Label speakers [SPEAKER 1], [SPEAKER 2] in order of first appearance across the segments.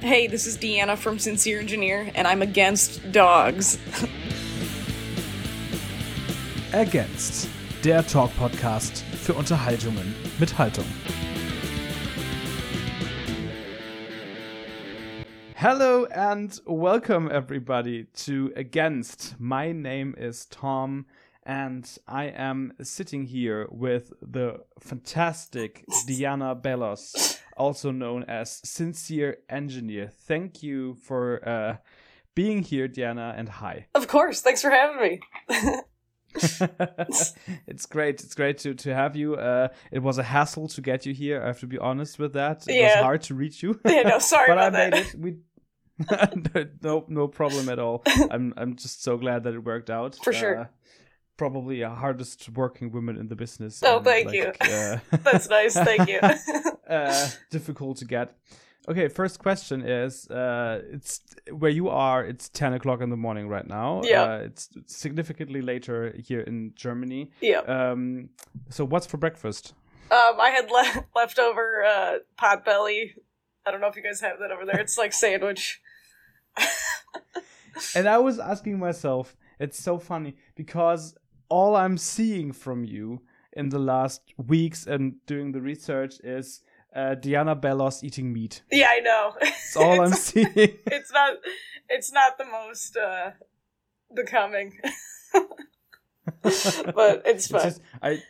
[SPEAKER 1] Hey, this is Deanna from Sincere Engineer, and I'm against dogs.
[SPEAKER 2] Ergänzt. Der Talk-Podcast für Unterhaltungen mit Haltung. Hello and welcome everybody to Against. My name is Tom and I am sitting here with the fantastic Diana Bellos, also known as Sincere Engineer. Thank you for uh, being here, Diana, and hi.
[SPEAKER 1] Of course, thanks for having me.
[SPEAKER 2] it's great. It's great to, to have you. Uh, it was a hassle to get you here. I have to be honest with that. It
[SPEAKER 1] Yeah.
[SPEAKER 2] was hard to reach you.
[SPEAKER 1] Yeah, no, sorry
[SPEAKER 2] but I
[SPEAKER 1] about
[SPEAKER 2] made
[SPEAKER 1] that.
[SPEAKER 2] it. We no no problem at all. I'm I'm just so glad that it worked out. Uh,
[SPEAKER 1] For sure.
[SPEAKER 2] probably a hardest working woman in the business.
[SPEAKER 1] Oh, thank you.
[SPEAKER 2] you.
[SPEAKER 1] That's nice, thank you.
[SPEAKER 2] uh, difficult to get. Okay, first question is: uh, It's where you are. It's ten o'clock in the morning right now.
[SPEAKER 1] Yeah.
[SPEAKER 2] uh, it's significantly later here in Germany.
[SPEAKER 1] yeah.
[SPEAKER 2] Um, so what's for breakfast?
[SPEAKER 1] Um, I had le- leftover uh, pot belly. I don't know if you guys have that over there. It's like sandwich.
[SPEAKER 2] And I was asking myself, it's so funny because all I'm seeing from you in the last weeks and doing the research is uh, Diana Bellos eating meat.
[SPEAKER 1] Yeah, I know.
[SPEAKER 2] It's all I'm
[SPEAKER 1] It's-
[SPEAKER 2] seeing.
[SPEAKER 1] it's not. It's not the most uh, becoming, but it's
[SPEAKER 2] It's
[SPEAKER 1] fun.
[SPEAKER 2] just- I,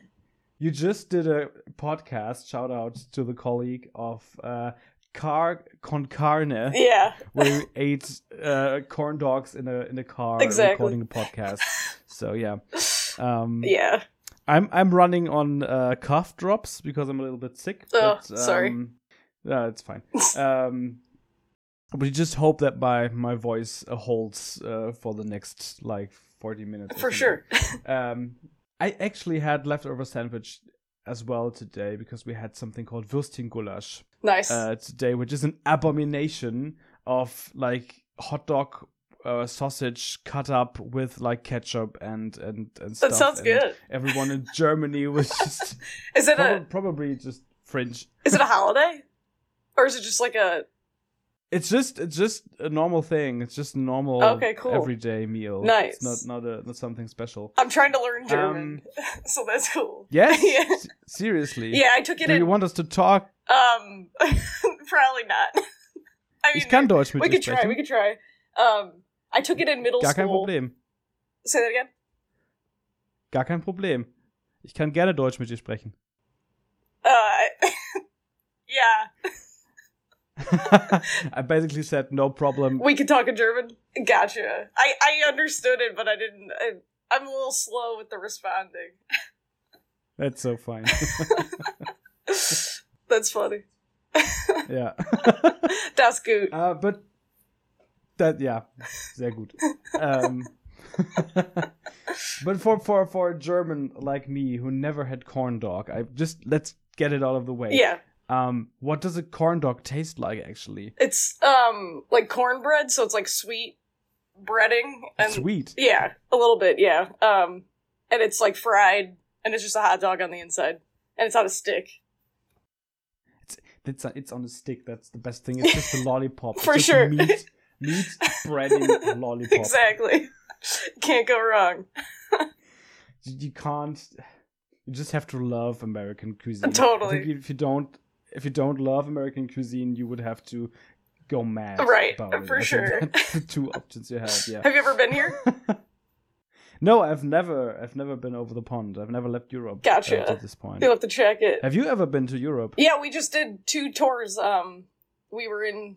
[SPEAKER 2] you just did a podcast. Shout out to the colleague of uh, Car con Carne,
[SPEAKER 1] yeah.
[SPEAKER 2] where we ate uh, corn dogs in a in a car
[SPEAKER 1] Exactly.
[SPEAKER 2] recording a podcast. So yeah, um,
[SPEAKER 1] Yeah.
[SPEAKER 2] I'm I'm running on uh, cough drops because I'm a little bit sick.
[SPEAKER 1] Oh,
[SPEAKER 2] but, um,
[SPEAKER 1] sorry.
[SPEAKER 2] No, it's fine. um, we just hope that my my voice uh, holds uh, for the next like 40 minutes. or
[SPEAKER 1] For
[SPEAKER 2] something.
[SPEAKER 1] sure.
[SPEAKER 2] Um, I actually had leftover sandwich as well today because we had something called Würstchengulasch
[SPEAKER 1] Nice.
[SPEAKER 2] uh, today, which is an abomination of like hot dog. Uh, sausage cut up with like ketchup and and, and stuff.
[SPEAKER 1] that sounds
[SPEAKER 2] and
[SPEAKER 1] good.
[SPEAKER 2] everyone in Germany was just
[SPEAKER 1] Is it
[SPEAKER 2] prob-
[SPEAKER 1] a
[SPEAKER 2] probably just fringe.
[SPEAKER 1] is it a holiday, or is it just like a
[SPEAKER 2] It's just it's just a normal thing. It's just a normal
[SPEAKER 1] Okay, cool.
[SPEAKER 2] everyday meal.
[SPEAKER 1] Nice.
[SPEAKER 2] It's not not a not something special.
[SPEAKER 1] I'm trying to learn German, so that's cool.
[SPEAKER 2] Yes.
[SPEAKER 1] yeah.
[SPEAKER 2] S- Seriously.
[SPEAKER 1] Yeah, I took it
[SPEAKER 2] Um, Do
[SPEAKER 1] in.
[SPEAKER 2] you want us to talk?
[SPEAKER 1] um, probably not. I mean,
[SPEAKER 2] ich kann Deutsch mit
[SPEAKER 1] we
[SPEAKER 2] dir
[SPEAKER 1] could try.
[SPEAKER 2] sprechen.
[SPEAKER 1] We could try. Um, I took it in middle
[SPEAKER 2] Gar kein
[SPEAKER 1] school.
[SPEAKER 2] Problem.
[SPEAKER 1] Say that again.
[SPEAKER 2] Gar kein Problem. Ich kann gerne Deutsch mit dir sprechen.
[SPEAKER 1] Uh, I- yeah,
[SPEAKER 2] I basically said no problem.
[SPEAKER 1] we could talk in German. Gotcha. I I understood it, but I didn't. I, I'm a little slow with the responding.
[SPEAKER 2] That's so fine.
[SPEAKER 1] That's funny.
[SPEAKER 2] yeah.
[SPEAKER 1] That's good.
[SPEAKER 2] Uh, but that yeah, sehr gut. Um, but for for for a German like me who never had corn dog, I just let's get it out of the way.
[SPEAKER 1] Yeah,
[SPEAKER 2] Um, what does a corn dog taste like actually?
[SPEAKER 1] it's um like cornbread, so it's like sweet breading and
[SPEAKER 2] Sweet.
[SPEAKER 1] yeah, a little bit, yeah. Um, and it's like fried, and it's just a hot dog on the inside, and it's on a stick.
[SPEAKER 2] It's uh, it's on a stick. That's the best thing. It's just a lollipop. It's
[SPEAKER 1] For
[SPEAKER 2] just
[SPEAKER 1] sure.
[SPEAKER 2] Meat, meat breading lollipop.
[SPEAKER 1] Exactly. Can't go wrong.
[SPEAKER 2] You you can't. You just have to love American cuisine. I
[SPEAKER 1] Totally.
[SPEAKER 2] think if you don't, if you don't love American cuisine, you would have to go mad.
[SPEAKER 1] Right,
[SPEAKER 2] about it.
[SPEAKER 1] for
[SPEAKER 2] I think
[SPEAKER 1] sure.
[SPEAKER 2] That's the two options you have. Yeah.
[SPEAKER 1] Have you ever been here?
[SPEAKER 2] No, I've never, I've never been over the pond. I've never left Europe. uh,
[SPEAKER 1] Gotcha.
[SPEAKER 2] to this point.
[SPEAKER 1] You'll have to check it.
[SPEAKER 2] Have you ever been to Europe?
[SPEAKER 1] Yeah, we just did two tours. Um, we were in,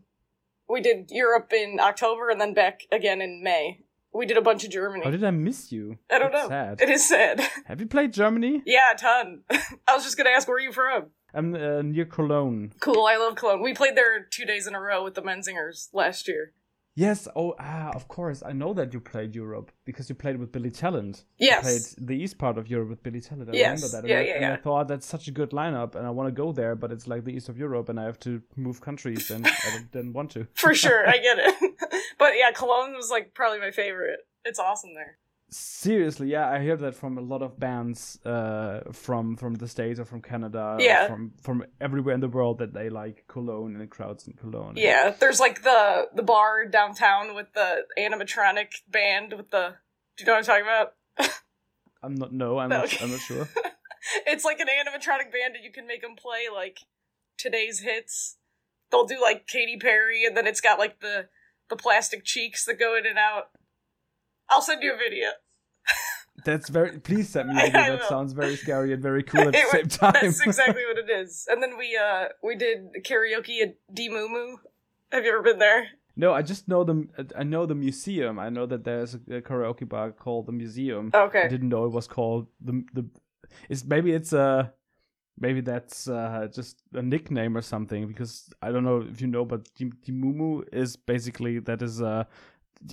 [SPEAKER 1] we did Europe in October and then back again in May. We did a bunch of Germany.
[SPEAKER 2] How did I miss you?
[SPEAKER 1] I don't
[SPEAKER 2] That's
[SPEAKER 1] know.
[SPEAKER 2] Oh, Sad.
[SPEAKER 1] It is sad.
[SPEAKER 2] Have you played Germany?
[SPEAKER 1] yeah, a ton. I was just gonna ask where are you from.
[SPEAKER 2] I'm uh, near Cologne.
[SPEAKER 1] Cool. I love Cologne. We played there two days in a row with the Menzingers last year.
[SPEAKER 2] Yes. Oh, ah, of course. I know that you played Europe because you played with Billy Talent. You
[SPEAKER 1] Yes.
[SPEAKER 2] played the East part of Europe with Billy Talent. I
[SPEAKER 1] Yes.
[SPEAKER 2] remember that. And
[SPEAKER 1] Yeah,
[SPEAKER 2] I,
[SPEAKER 1] yeah,
[SPEAKER 2] and
[SPEAKER 1] yeah.
[SPEAKER 2] I thought that's such a good lineup, and I want to go there, but it's like the East of Europe, and I have to move countries, and I didn't want to.
[SPEAKER 1] For sure, I get it. but yeah, Cologne was like probably my favorite. It's awesome there.
[SPEAKER 2] Seriously, yeah, I hear that from a lot of bands uh, from from the states or from Canada, or
[SPEAKER 1] Yeah.
[SPEAKER 2] from from everywhere in the world that they like Cologne and the crowds in Cologne.
[SPEAKER 1] Yeah, there's like the the bar downtown with the animatronic band with the. Do you know what I'm talking about?
[SPEAKER 2] I'm not. No, I'm not.
[SPEAKER 1] Okay.
[SPEAKER 2] I'm not sure.
[SPEAKER 1] it's like an animatronic band, and you can make them play like today's hits. They'll do like Katy Perry, and then it's got like the the plastic cheeks that go in and out. I'll send you a video.
[SPEAKER 2] That's very. Please send me. a
[SPEAKER 1] I
[SPEAKER 2] video. That
[SPEAKER 1] will.
[SPEAKER 2] sounds very scary and very cool at the
[SPEAKER 1] It
[SPEAKER 2] same time.
[SPEAKER 1] That's exactly what it is. And then we uh we did karaoke at D Moo Moo. Have you ever been there?
[SPEAKER 2] no, I just know the. I know the museum. I know that there's a, a karaoke bar called the museum. I
[SPEAKER 1] Okay.
[SPEAKER 2] didn't know it was called the the. It's maybe it's uh maybe that's uh just a nickname or something because I don't know if you know, but Jim- Jimumu is basically that is uh.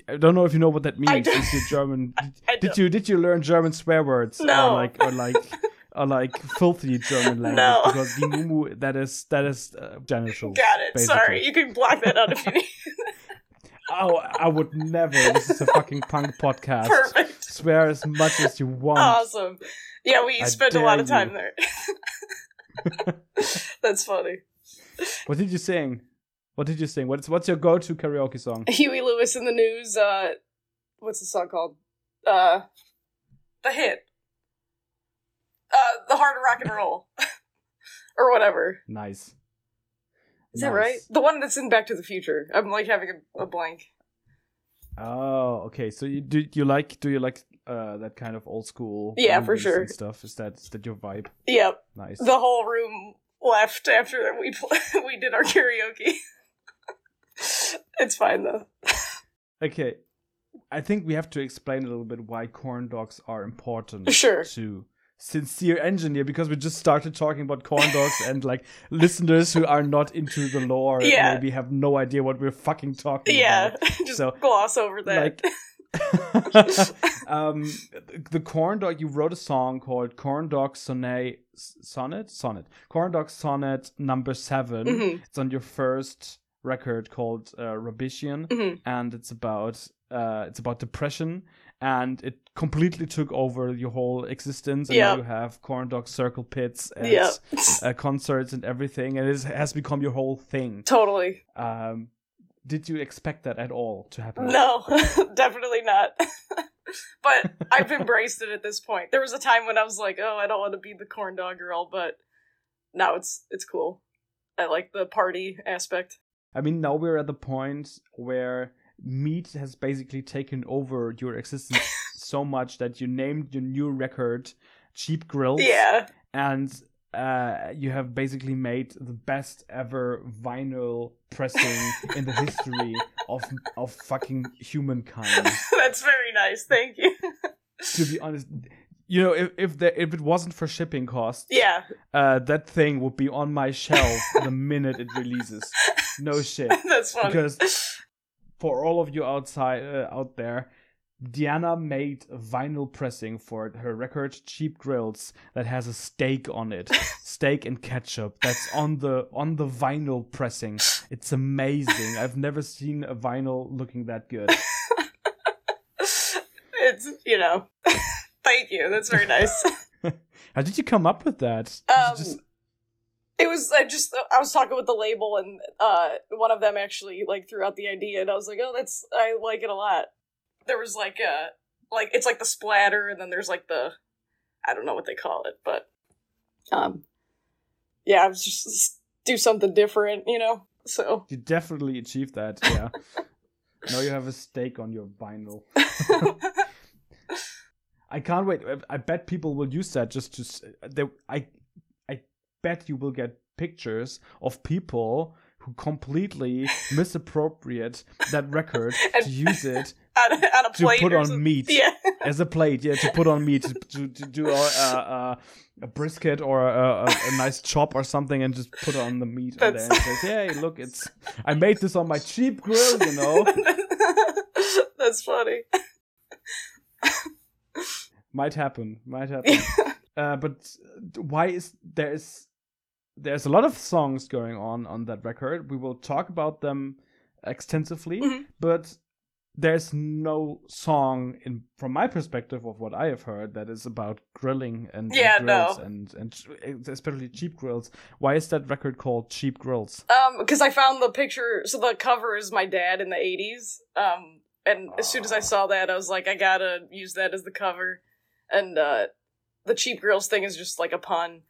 [SPEAKER 2] I don't know if you know what that means.
[SPEAKER 1] don't-
[SPEAKER 2] Is your German?
[SPEAKER 1] I
[SPEAKER 2] Did you did you learn German swear words or
[SPEAKER 1] No.
[SPEAKER 2] like or like or like filthy German language?
[SPEAKER 1] No.
[SPEAKER 2] Because Jimumu that is that is uh, genitals.
[SPEAKER 1] Got it.
[SPEAKER 2] basically.
[SPEAKER 1] Sorry, you can block that out if you need.
[SPEAKER 2] Oh, I would never. This is a fucking punk podcast.
[SPEAKER 1] Perfect.
[SPEAKER 2] Swear as much as you want.
[SPEAKER 1] Awesome. Yeah, we
[SPEAKER 2] I
[SPEAKER 1] spent a lot
[SPEAKER 2] dare
[SPEAKER 1] of time
[SPEAKER 2] you.
[SPEAKER 1] there. That's funny.
[SPEAKER 2] What did you sing? What did you sing? What's what's your go-to karaoke song?
[SPEAKER 1] Huey Lewis in the news. Uh, what's the song called? Uh, the hit. Uh, the hard rock and roll, or whatever.
[SPEAKER 2] Nice.
[SPEAKER 1] Is that right? The one that's in Back to the Future. I'm like having a, a blank.
[SPEAKER 2] Oh, okay. So you do you like do you like uh that kind of old school?
[SPEAKER 1] Yeah, for
[SPEAKER 2] movies
[SPEAKER 1] sure.
[SPEAKER 2] and stuff is that is that your vibe?
[SPEAKER 1] Yep.
[SPEAKER 2] Nice.
[SPEAKER 1] The whole room left after that we pl- we did our karaoke. it's fine though.
[SPEAKER 2] Okay, I think we have to explain a little bit why corn dogs are important
[SPEAKER 1] Sure.
[SPEAKER 2] to sincere engineer because we just started talking about corn dogs and like listeners who are not into the lore
[SPEAKER 1] Yeah.
[SPEAKER 2] maybe have no idea what we're fucking talking about.
[SPEAKER 1] Yeah. Just
[SPEAKER 2] So,
[SPEAKER 1] gloss over that.
[SPEAKER 2] Like, um, the corn dog. You wrote a song called "Corn Dog Sonnet Sonnet Sonnet Corn Dog Sonnet Number 7
[SPEAKER 1] Mhm.
[SPEAKER 2] It's on your first record called uh, Rubishian,
[SPEAKER 1] Mhm.
[SPEAKER 2] and it's about uh, it's about depression, and it completely took over your whole existence. And now
[SPEAKER 1] Yep.
[SPEAKER 2] you have corn dog circle pits and
[SPEAKER 1] Yeah.
[SPEAKER 2] uh, concerts and everything, and it has become your whole thing.
[SPEAKER 1] totally.
[SPEAKER 2] Um, did you expect that at all to happen?
[SPEAKER 1] No, definitely not. but I've embraced it at this point. There was a time when I was like, "Oh, I don't want to be the corn dog girl," but now it's it's cool. I like the party aspect.
[SPEAKER 2] I mean, now we're at the point where meat has basically taken over your existence so much that you named your new record Cheap Grills.
[SPEAKER 1] Yeah,
[SPEAKER 2] And uh, you have basically made the best ever vinyl pressing in the history of of fucking humankind.
[SPEAKER 1] that's very nice. Thank you.
[SPEAKER 2] To be honest, you know, if if, there, if it wasn't for shipping costs,
[SPEAKER 1] Yeah,
[SPEAKER 2] uh, that thing would be on my shelf the minute it releases. No shit.
[SPEAKER 1] that's funny.
[SPEAKER 2] Because- for all of you outside uh, out there Diana made a vinyl pressing for her record Cheap Grills that has a steak on it. steak and ketchup that's on the on the vinyl pressing. It's amazing. I've never seen a vinyl looking that good.
[SPEAKER 1] it's you know, thank you. That's very nice.
[SPEAKER 2] How did you come up with that? You
[SPEAKER 1] Um,
[SPEAKER 2] just-
[SPEAKER 1] it was I just I was talking with the label and uh one of them actually like threw out the idea and I was like, "Oh, that's I like it a lot." There was like a like it's like the splatter and then there's like the I don't know what they call it, but um yeah, I was just s- do something different, you know. So
[SPEAKER 2] you definitely achieved that. Yeah. now you have a steak on your vinyl. I can't wait. I- I bet people will use that just to. s- They, I, I bet you will get pictures of people who completely misappropriate that record
[SPEAKER 1] And-
[SPEAKER 2] to use it
[SPEAKER 1] on, on a
[SPEAKER 2] to
[SPEAKER 1] plate
[SPEAKER 2] put
[SPEAKER 1] or
[SPEAKER 2] on
[SPEAKER 1] something.
[SPEAKER 2] meat
[SPEAKER 1] Yeah.
[SPEAKER 2] as a plate. Yeah, to put on meat to to, to do a, a, a, a brisket or a, a, a nice chop or something, and just put on the meat on there and
[SPEAKER 1] That's-
[SPEAKER 2] says, "Hey, look, it's I made this on my cheap grill, you know."
[SPEAKER 1] that's funny.
[SPEAKER 2] might happen might happen uh, but why is there's there's a lot of songs going on on that record we will talk about them extensively
[SPEAKER 1] Mhm.
[SPEAKER 2] but there's no song in from my perspective of what I have heard that is about grilling and and
[SPEAKER 1] Yeah,
[SPEAKER 2] grills
[SPEAKER 1] no.
[SPEAKER 2] and and especially cheap grills. Why is that record called Cheap Grills?
[SPEAKER 1] Um, because I found the picture. So the cover is my dad in the '80s. Um, and as soon as I saw that, I was like, I gotta use that as the cover. And uh, the cheap girls thing is just like a pun.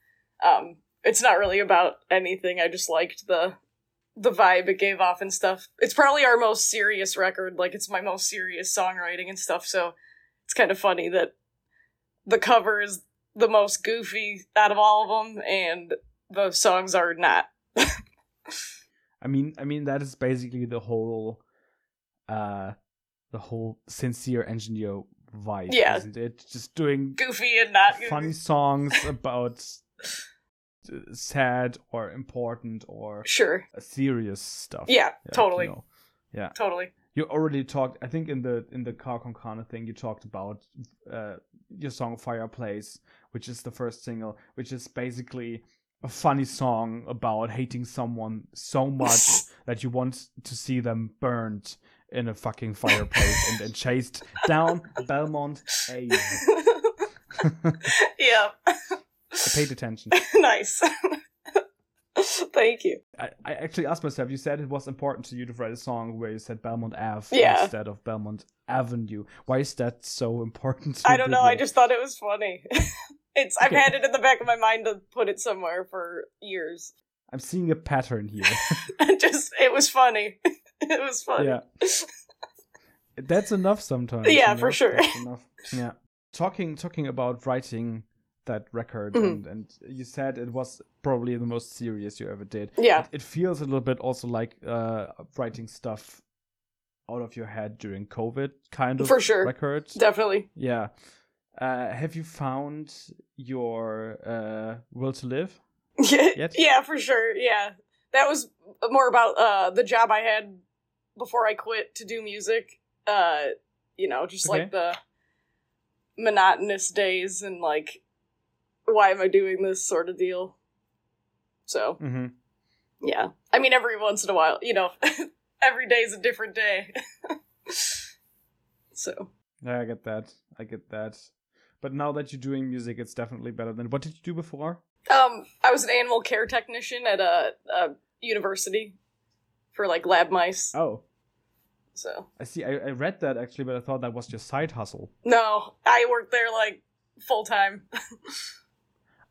[SPEAKER 1] Um, it's not really about anything. I just liked the the vibe it gave off and stuff. It's probably our most serious record. Like it's my most serious songwriting and stuff. So it's kind of funny that the cover is the most goofy out of all of them, and the songs are not.
[SPEAKER 2] I mean, I mean that is basically the whole, uh, the whole sincere engineer vibe,
[SPEAKER 1] Yeah.
[SPEAKER 2] isn't it? Just doing
[SPEAKER 1] goofy and not goofy.
[SPEAKER 2] funny songs about uh, sad or important or
[SPEAKER 1] Sure.
[SPEAKER 2] serious stuff.
[SPEAKER 1] Yeah,
[SPEAKER 2] you
[SPEAKER 1] totally.
[SPEAKER 2] know. Yeah.
[SPEAKER 1] Totally.
[SPEAKER 2] you already talked i think in the in the car concana thing you talked about uh your song fireplace which is the first single which is basically a funny song about hating someone so much that you want to see them burned in a fucking fireplace and then chased down belmont a i
[SPEAKER 1] yeah.
[SPEAKER 2] paid attention
[SPEAKER 1] nice. Thank you.
[SPEAKER 2] I, I actually asked myself you said it was important to you to write a song where you said belmont ave
[SPEAKER 1] Yeah.
[SPEAKER 2] instead of belmont avenue why is that so important to
[SPEAKER 1] I don't know. I
[SPEAKER 2] you?
[SPEAKER 1] just thought it was funny. it's I've
[SPEAKER 2] Okay.
[SPEAKER 1] had it in the back of my mind to put it somewhere for years.
[SPEAKER 2] i'm seeing a pattern here
[SPEAKER 1] just it was funny. it was funny.
[SPEAKER 2] yeah that's enough sometimes
[SPEAKER 1] Yeah, for sure.
[SPEAKER 2] That's enough. yeah talking talking about writing that record
[SPEAKER 1] Mhm.
[SPEAKER 2] and and you said it was probably the most serious you ever did
[SPEAKER 1] Yeah.
[SPEAKER 2] it, it feels a little bit also like uh writing stuff out of your head during covid kind of
[SPEAKER 1] For sure.
[SPEAKER 2] record
[SPEAKER 1] Definitely.
[SPEAKER 2] yeah uh have you found your uh will to live
[SPEAKER 1] Yeah,
[SPEAKER 2] Yet?
[SPEAKER 1] yeah, for sure. Yeah. That was more about uh the job I had before I quit to do music. Uh you know, just
[SPEAKER 2] Okay.
[SPEAKER 1] like the monotonous days and like why am I doing this sort of deal. So,
[SPEAKER 2] mm-hmm.
[SPEAKER 1] yeah. I mean every once in a while, you know, every day's a different day. so,
[SPEAKER 2] yeah i get that i get that but now that you're doing music it's definitely better than what did you do before
[SPEAKER 1] um I was an animal care technician at a, a university for like lab mice.
[SPEAKER 2] Oh,
[SPEAKER 1] So,
[SPEAKER 2] I see. I, I read that actually, but I thought that was your side hustle.
[SPEAKER 1] No, I worked there like full time.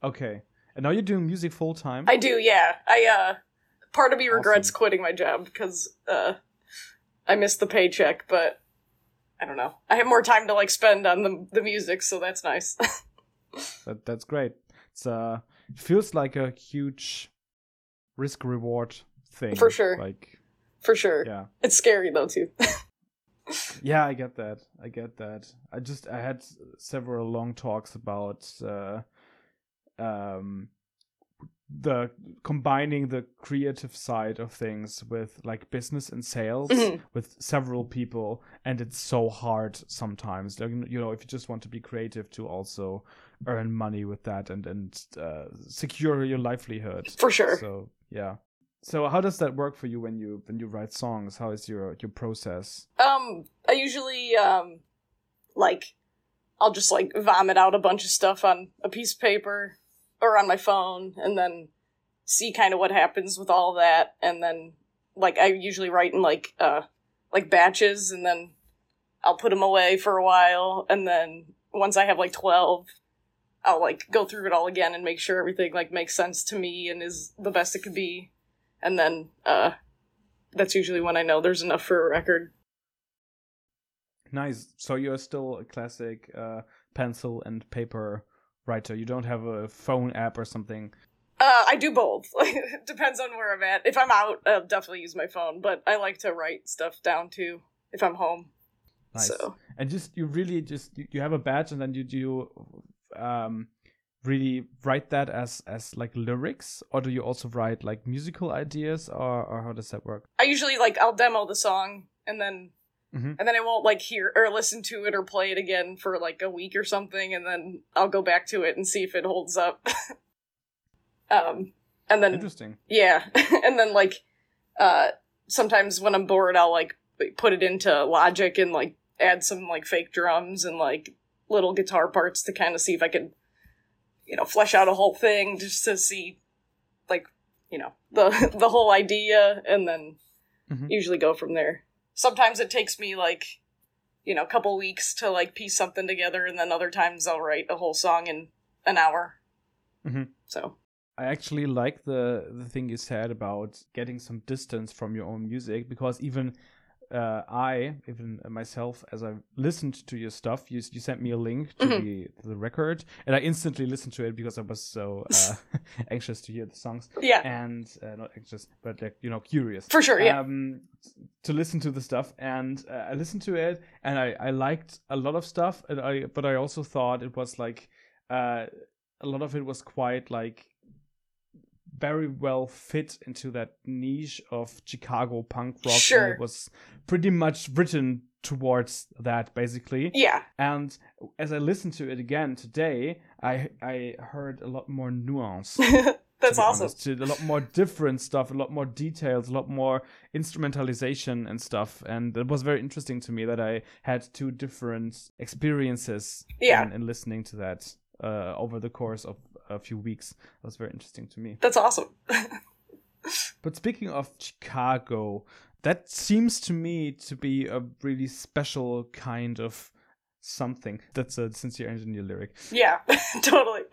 [SPEAKER 2] Okay. And now you're doing music full time.
[SPEAKER 1] I do, yeah. I uh part of me regrets
[SPEAKER 2] Awesome.
[SPEAKER 1] quitting my job because uh I missed the paycheck, but I don't know. I have more time to like spend on the the music, so that's nice.
[SPEAKER 2] That, that's great. It's uh, it feels like a huge risk reward thing.
[SPEAKER 1] For sure.
[SPEAKER 2] Like,
[SPEAKER 1] For sure.
[SPEAKER 2] yeah,
[SPEAKER 1] It's scary though too.
[SPEAKER 2] yeah. I get that. I get that. I just I had several long talks about uh, um, the combining the creative side of things with like business and sales.
[SPEAKER 1] Mhm.
[SPEAKER 2] with several people and it's so hard sometimes like, you know if you just want to be creative to also earn money with that and and uh, secure your livelihood
[SPEAKER 1] For sure.
[SPEAKER 2] so yeah so how does that work for you when you when you write songs how is your your process
[SPEAKER 1] Um, I usually um, like, I'll just like vomit out a bunch of stuff on a piece of paper or on my phone, and then see kind of what happens with all that, and then like I usually write in like uh like batches, and then I'll put them away for a while, and then once I have like twelve. I'll like go through it all again and make sure everything like makes sense to me and is the best it could be. And then uh that's usually when I know there's enough for a record.
[SPEAKER 2] nice so you're still a classic uh, pencil and paper writer you don't have a phone app or something
[SPEAKER 1] Uh, I do both. It Depends on where I'm at. If I'm out, I'll definitely use my phone, but I like to write stuff down too if I'm home.
[SPEAKER 2] nice
[SPEAKER 1] So
[SPEAKER 2] and just you really just you, you have a badge and then you do um really write that as as like lyrics or do you also write like musical ideas or or how does that work
[SPEAKER 1] I usually like I'll demo the song and then
[SPEAKER 2] Mhm.
[SPEAKER 1] and then I won't like hear or listen to it or play it again for like a week or something, and then I'll go back to it and see if it holds up. um, and then
[SPEAKER 2] interesting
[SPEAKER 1] Yeah. and then like uh sometimes when I'm bored I'll like put it into Logic and like add some like fake drums and like little guitar parts to kind of see if I could, you know, flesh out a whole thing just to see, like, you know, the the whole idea, and then
[SPEAKER 2] Mhm.
[SPEAKER 1] usually go from there. Sometimes it takes me like, you know, a couple weeks to like piece something together, and then other times I'll write a whole song in an hour.
[SPEAKER 2] Mhm.
[SPEAKER 1] So
[SPEAKER 2] I actually like the the thing you said about getting some distance from your own music because even uh, I, even myself, as I listened to your stuff, you you sent me a link to
[SPEAKER 1] Mhm.
[SPEAKER 2] the the record, and I instantly listened to it because I was so uh, anxious to hear the songs
[SPEAKER 1] yeah,
[SPEAKER 2] and uh, not anxious, but like you know curious
[SPEAKER 1] for sure, yeah.
[SPEAKER 2] um, to listen to the stuff, and uh, I listened to it, and I, I liked a lot of stuff, and I but I also thought it was like uh, a lot of it was quite like very well fit into that niche of Chicago punk rock. and
[SPEAKER 1] Sure.
[SPEAKER 2] it was pretty much written towards that basically.
[SPEAKER 1] yeah.
[SPEAKER 2] And as I listened to it again today, I I heard a lot more nuance
[SPEAKER 1] That's
[SPEAKER 2] to be
[SPEAKER 1] awesome.
[SPEAKER 2] honest, to a lot more different stuff, a lot more details, a lot more instrumentalization and stuff. And it was very interesting to me that I had two different experiences
[SPEAKER 1] Yeah.
[SPEAKER 2] in, in listening to that uh, over the course of a few weeks. That was very interesting to me.
[SPEAKER 1] That's awesome.
[SPEAKER 2] But speaking of Chicago, that seems to me to be a really special kind of something. That's a sincere engineer lyric.
[SPEAKER 1] yeah, totally.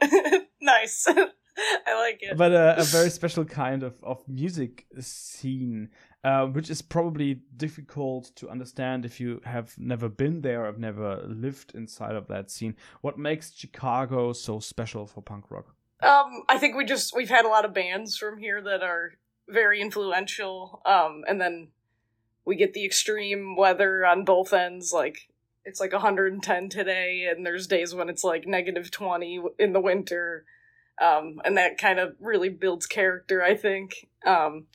[SPEAKER 1] nice. I like it.
[SPEAKER 2] but uh, a, a very special kind of, of music scene, uh, which is probably difficult to understand if you have never been there, have never lived inside of that scene. What makes Chicago so special for punk rock?
[SPEAKER 1] Um, I think we just we've had a lot of bands from here that are very influential. Um, and then we get the extreme weather on both ends. Like it's like 110 today, and there's days when it's like negative 20 w- in the winter. Um, and that kind of really builds character, I think. Um,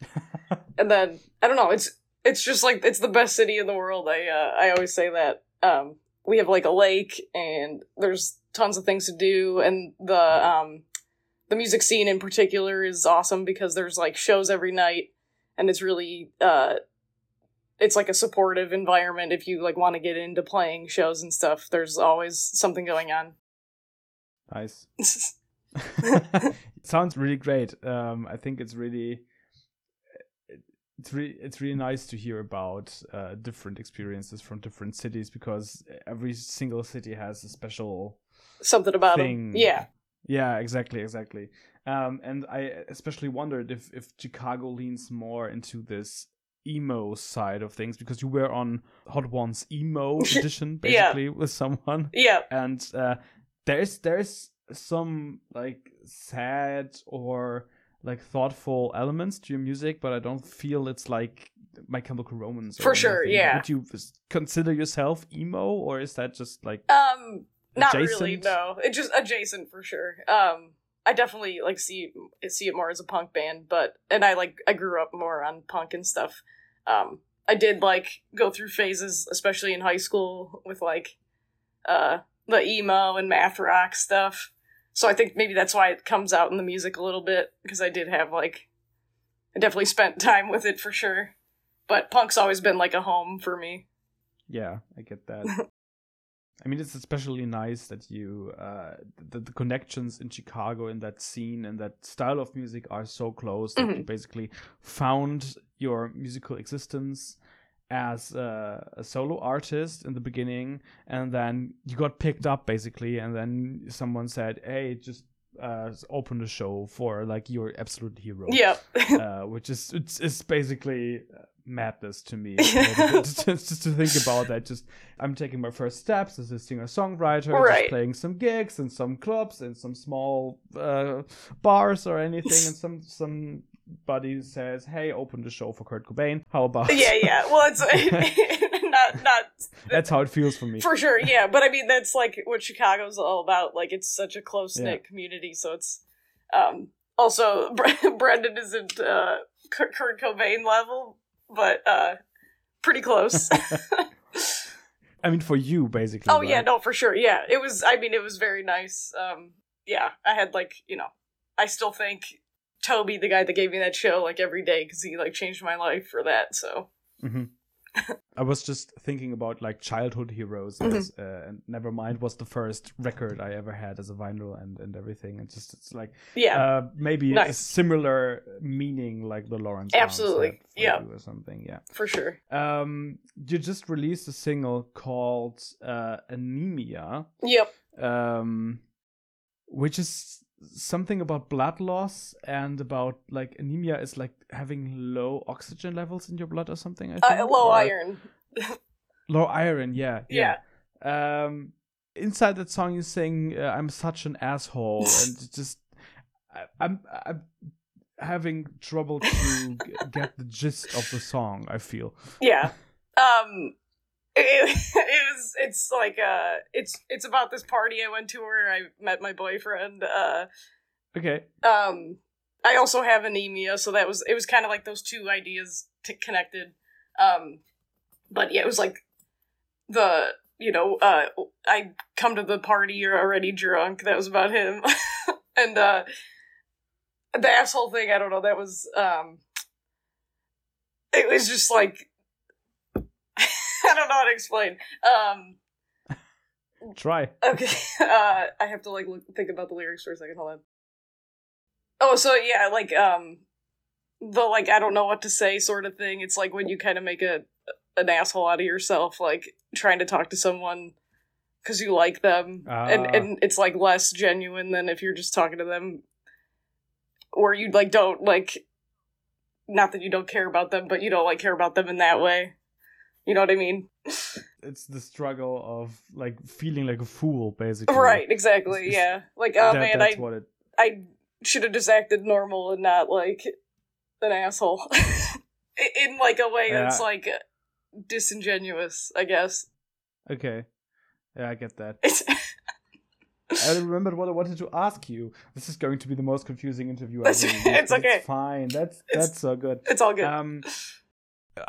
[SPEAKER 1] and then I don't know. It's it's just like it's the best city in the world. I uh, I always say that. Um, we have like a lake, and there's tons of things to do, and the um the music scene in particular is awesome because there's like shows every night and it's really uh it's like a supportive environment if you like want to get into playing shows and stuff there's always something going on
[SPEAKER 2] Nice. Sounds really great. Um, I think it's really. It's really, it's really nice to hear about uh, different experiences from different cities because every single city has a special
[SPEAKER 1] something about
[SPEAKER 2] thing.
[SPEAKER 1] them yeah
[SPEAKER 2] Yeah, exactly, exactly. Um, and I especially wondered if if Chicago leans more into this emo side of things because you were on Hot Ones emo edition
[SPEAKER 1] Yeah.
[SPEAKER 2] basically with someone,
[SPEAKER 1] yeah
[SPEAKER 2] and uh, there's there's some like sad or like thoughtful elements to your music, but I don't feel it's like My Chemical Romance. or
[SPEAKER 1] For sure,
[SPEAKER 2] anything.
[SPEAKER 1] yeah.
[SPEAKER 2] Would you consider yourself emo, or is that just like
[SPEAKER 1] um not really
[SPEAKER 2] adjacent?
[SPEAKER 1] no it just adjacent for sure um i definitely like see see it more as a punk band but and i like i grew up more on punk and stuff um i did like go through phases especially in high school with like uh the emo and math rock stuff so i think maybe that's why it comes out in the music a little bit because i did have like i definitely spent time with it for sure but punk's always been like a home for me
[SPEAKER 2] Yeah, I get that. I mean, it's especially nice that you uh, the, the connections in Chicago in that scene and that style of music are so close that you basically found your musical existence as a, a solo artist in the beginning, and then you got picked up basically, and then someone said, "Hey, just uh, open the show for like your absolute hero."
[SPEAKER 1] yeah
[SPEAKER 2] uh, which is it's, it's basically madness to me just, just to think about that just i'm taking my first steps as a singer-songwriter
[SPEAKER 1] Right.
[SPEAKER 2] just playing some gigs and some clubs and some small uh, bars or anything and some somebody says hey open the show for kurt cobain how about
[SPEAKER 1] yeah yeah well it's not not
[SPEAKER 2] that's how it feels for me
[SPEAKER 1] for sure yeah but i mean that's like what chicago's all about like it's such a close-knit community so it's um also Bre- brendan isn't uh Kurt- kurt cobain level but uh pretty close
[SPEAKER 2] i mean for you basically
[SPEAKER 1] oh yeah
[SPEAKER 2] right?
[SPEAKER 1] no for sure yeah it was i mean it was very nice um yeah i had like you know i still think toby Mm-hmm. the guy that gave me that show like every day because he like changed my life for that so
[SPEAKER 2] Mhm. I was just thinking about like childhood heroes,
[SPEAKER 1] Mm-hmm.
[SPEAKER 2] as, uh, and Nevermind was the first record I ever had as a vinyl and, and everything. And just it's like
[SPEAKER 1] Yeah.
[SPEAKER 2] uh, maybe a
[SPEAKER 1] Nice.
[SPEAKER 2] similar meaning like the Lawrence
[SPEAKER 1] Absolutely.
[SPEAKER 2] Arms had for
[SPEAKER 1] Yeah.
[SPEAKER 2] you or something. Yeah,
[SPEAKER 1] for sure.
[SPEAKER 2] um, you just released a single called uh, Anemia,
[SPEAKER 1] Yep.
[SPEAKER 2] um, which is something about blood loss and about like anemia is like having low oxygen levels in your blood or something. I
[SPEAKER 1] Uh,
[SPEAKER 2] think,
[SPEAKER 1] low
[SPEAKER 2] or-
[SPEAKER 1] iron.
[SPEAKER 2] Low iron, yeah,
[SPEAKER 1] Yeah.
[SPEAKER 2] Um, inside that song, you sing uh, "I'm such an asshole," and it's just I, I'm I'm having trouble to g- get the gist of the song. I feel
[SPEAKER 1] Yeah. Um it, it was it's like uh it's it's about this party I went to where I met my boyfriend. Uh
[SPEAKER 2] okay.
[SPEAKER 1] um I also have anemia, so that was it was kind of like those two ideas t- connected. Um but yeah, it was like the you know, uh I come to the party you're already drunk. That was about him. and uh the asshole thing, I don't know, that was um it was just like I don't know how to explain. Um Mm.
[SPEAKER 2] Try.
[SPEAKER 1] Okay, uh, I have to like look, think about the lyrics for a second. Hold on. Oh, so yeah, like um, the like I don't know what to say sort of thing. It's like when you kind of make a an asshole out of yourself, like trying to talk to someone because you like them,
[SPEAKER 2] Ah.
[SPEAKER 1] and and it's like less genuine than if you're just talking to them, or you like don't like. Not that you don't care about them, but you don't like care about them in that way. You know what I mean?
[SPEAKER 2] It's the struggle of like feeling like a fool, basically.
[SPEAKER 1] Right, exactly.
[SPEAKER 2] It's-
[SPEAKER 1] Yeah. Like, oh
[SPEAKER 2] That-
[SPEAKER 1] man, I
[SPEAKER 2] that's what it
[SPEAKER 1] I should have just acted normal and not like an asshole. I- In like a way that's
[SPEAKER 2] Yeah.
[SPEAKER 1] like disingenuous, I guess.
[SPEAKER 2] Okay. Yeah, I get that.
[SPEAKER 1] It's
[SPEAKER 2] I remembered what I wanted to ask you. This is going to be the most confusing interview I've
[SPEAKER 1] That's-
[SPEAKER 2] ever done,
[SPEAKER 1] it's
[SPEAKER 2] but
[SPEAKER 1] okay.
[SPEAKER 2] fine. That's
[SPEAKER 1] It's-
[SPEAKER 2] that's so good.
[SPEAKER 1] it's all good.
[SPEAKER 2] Um,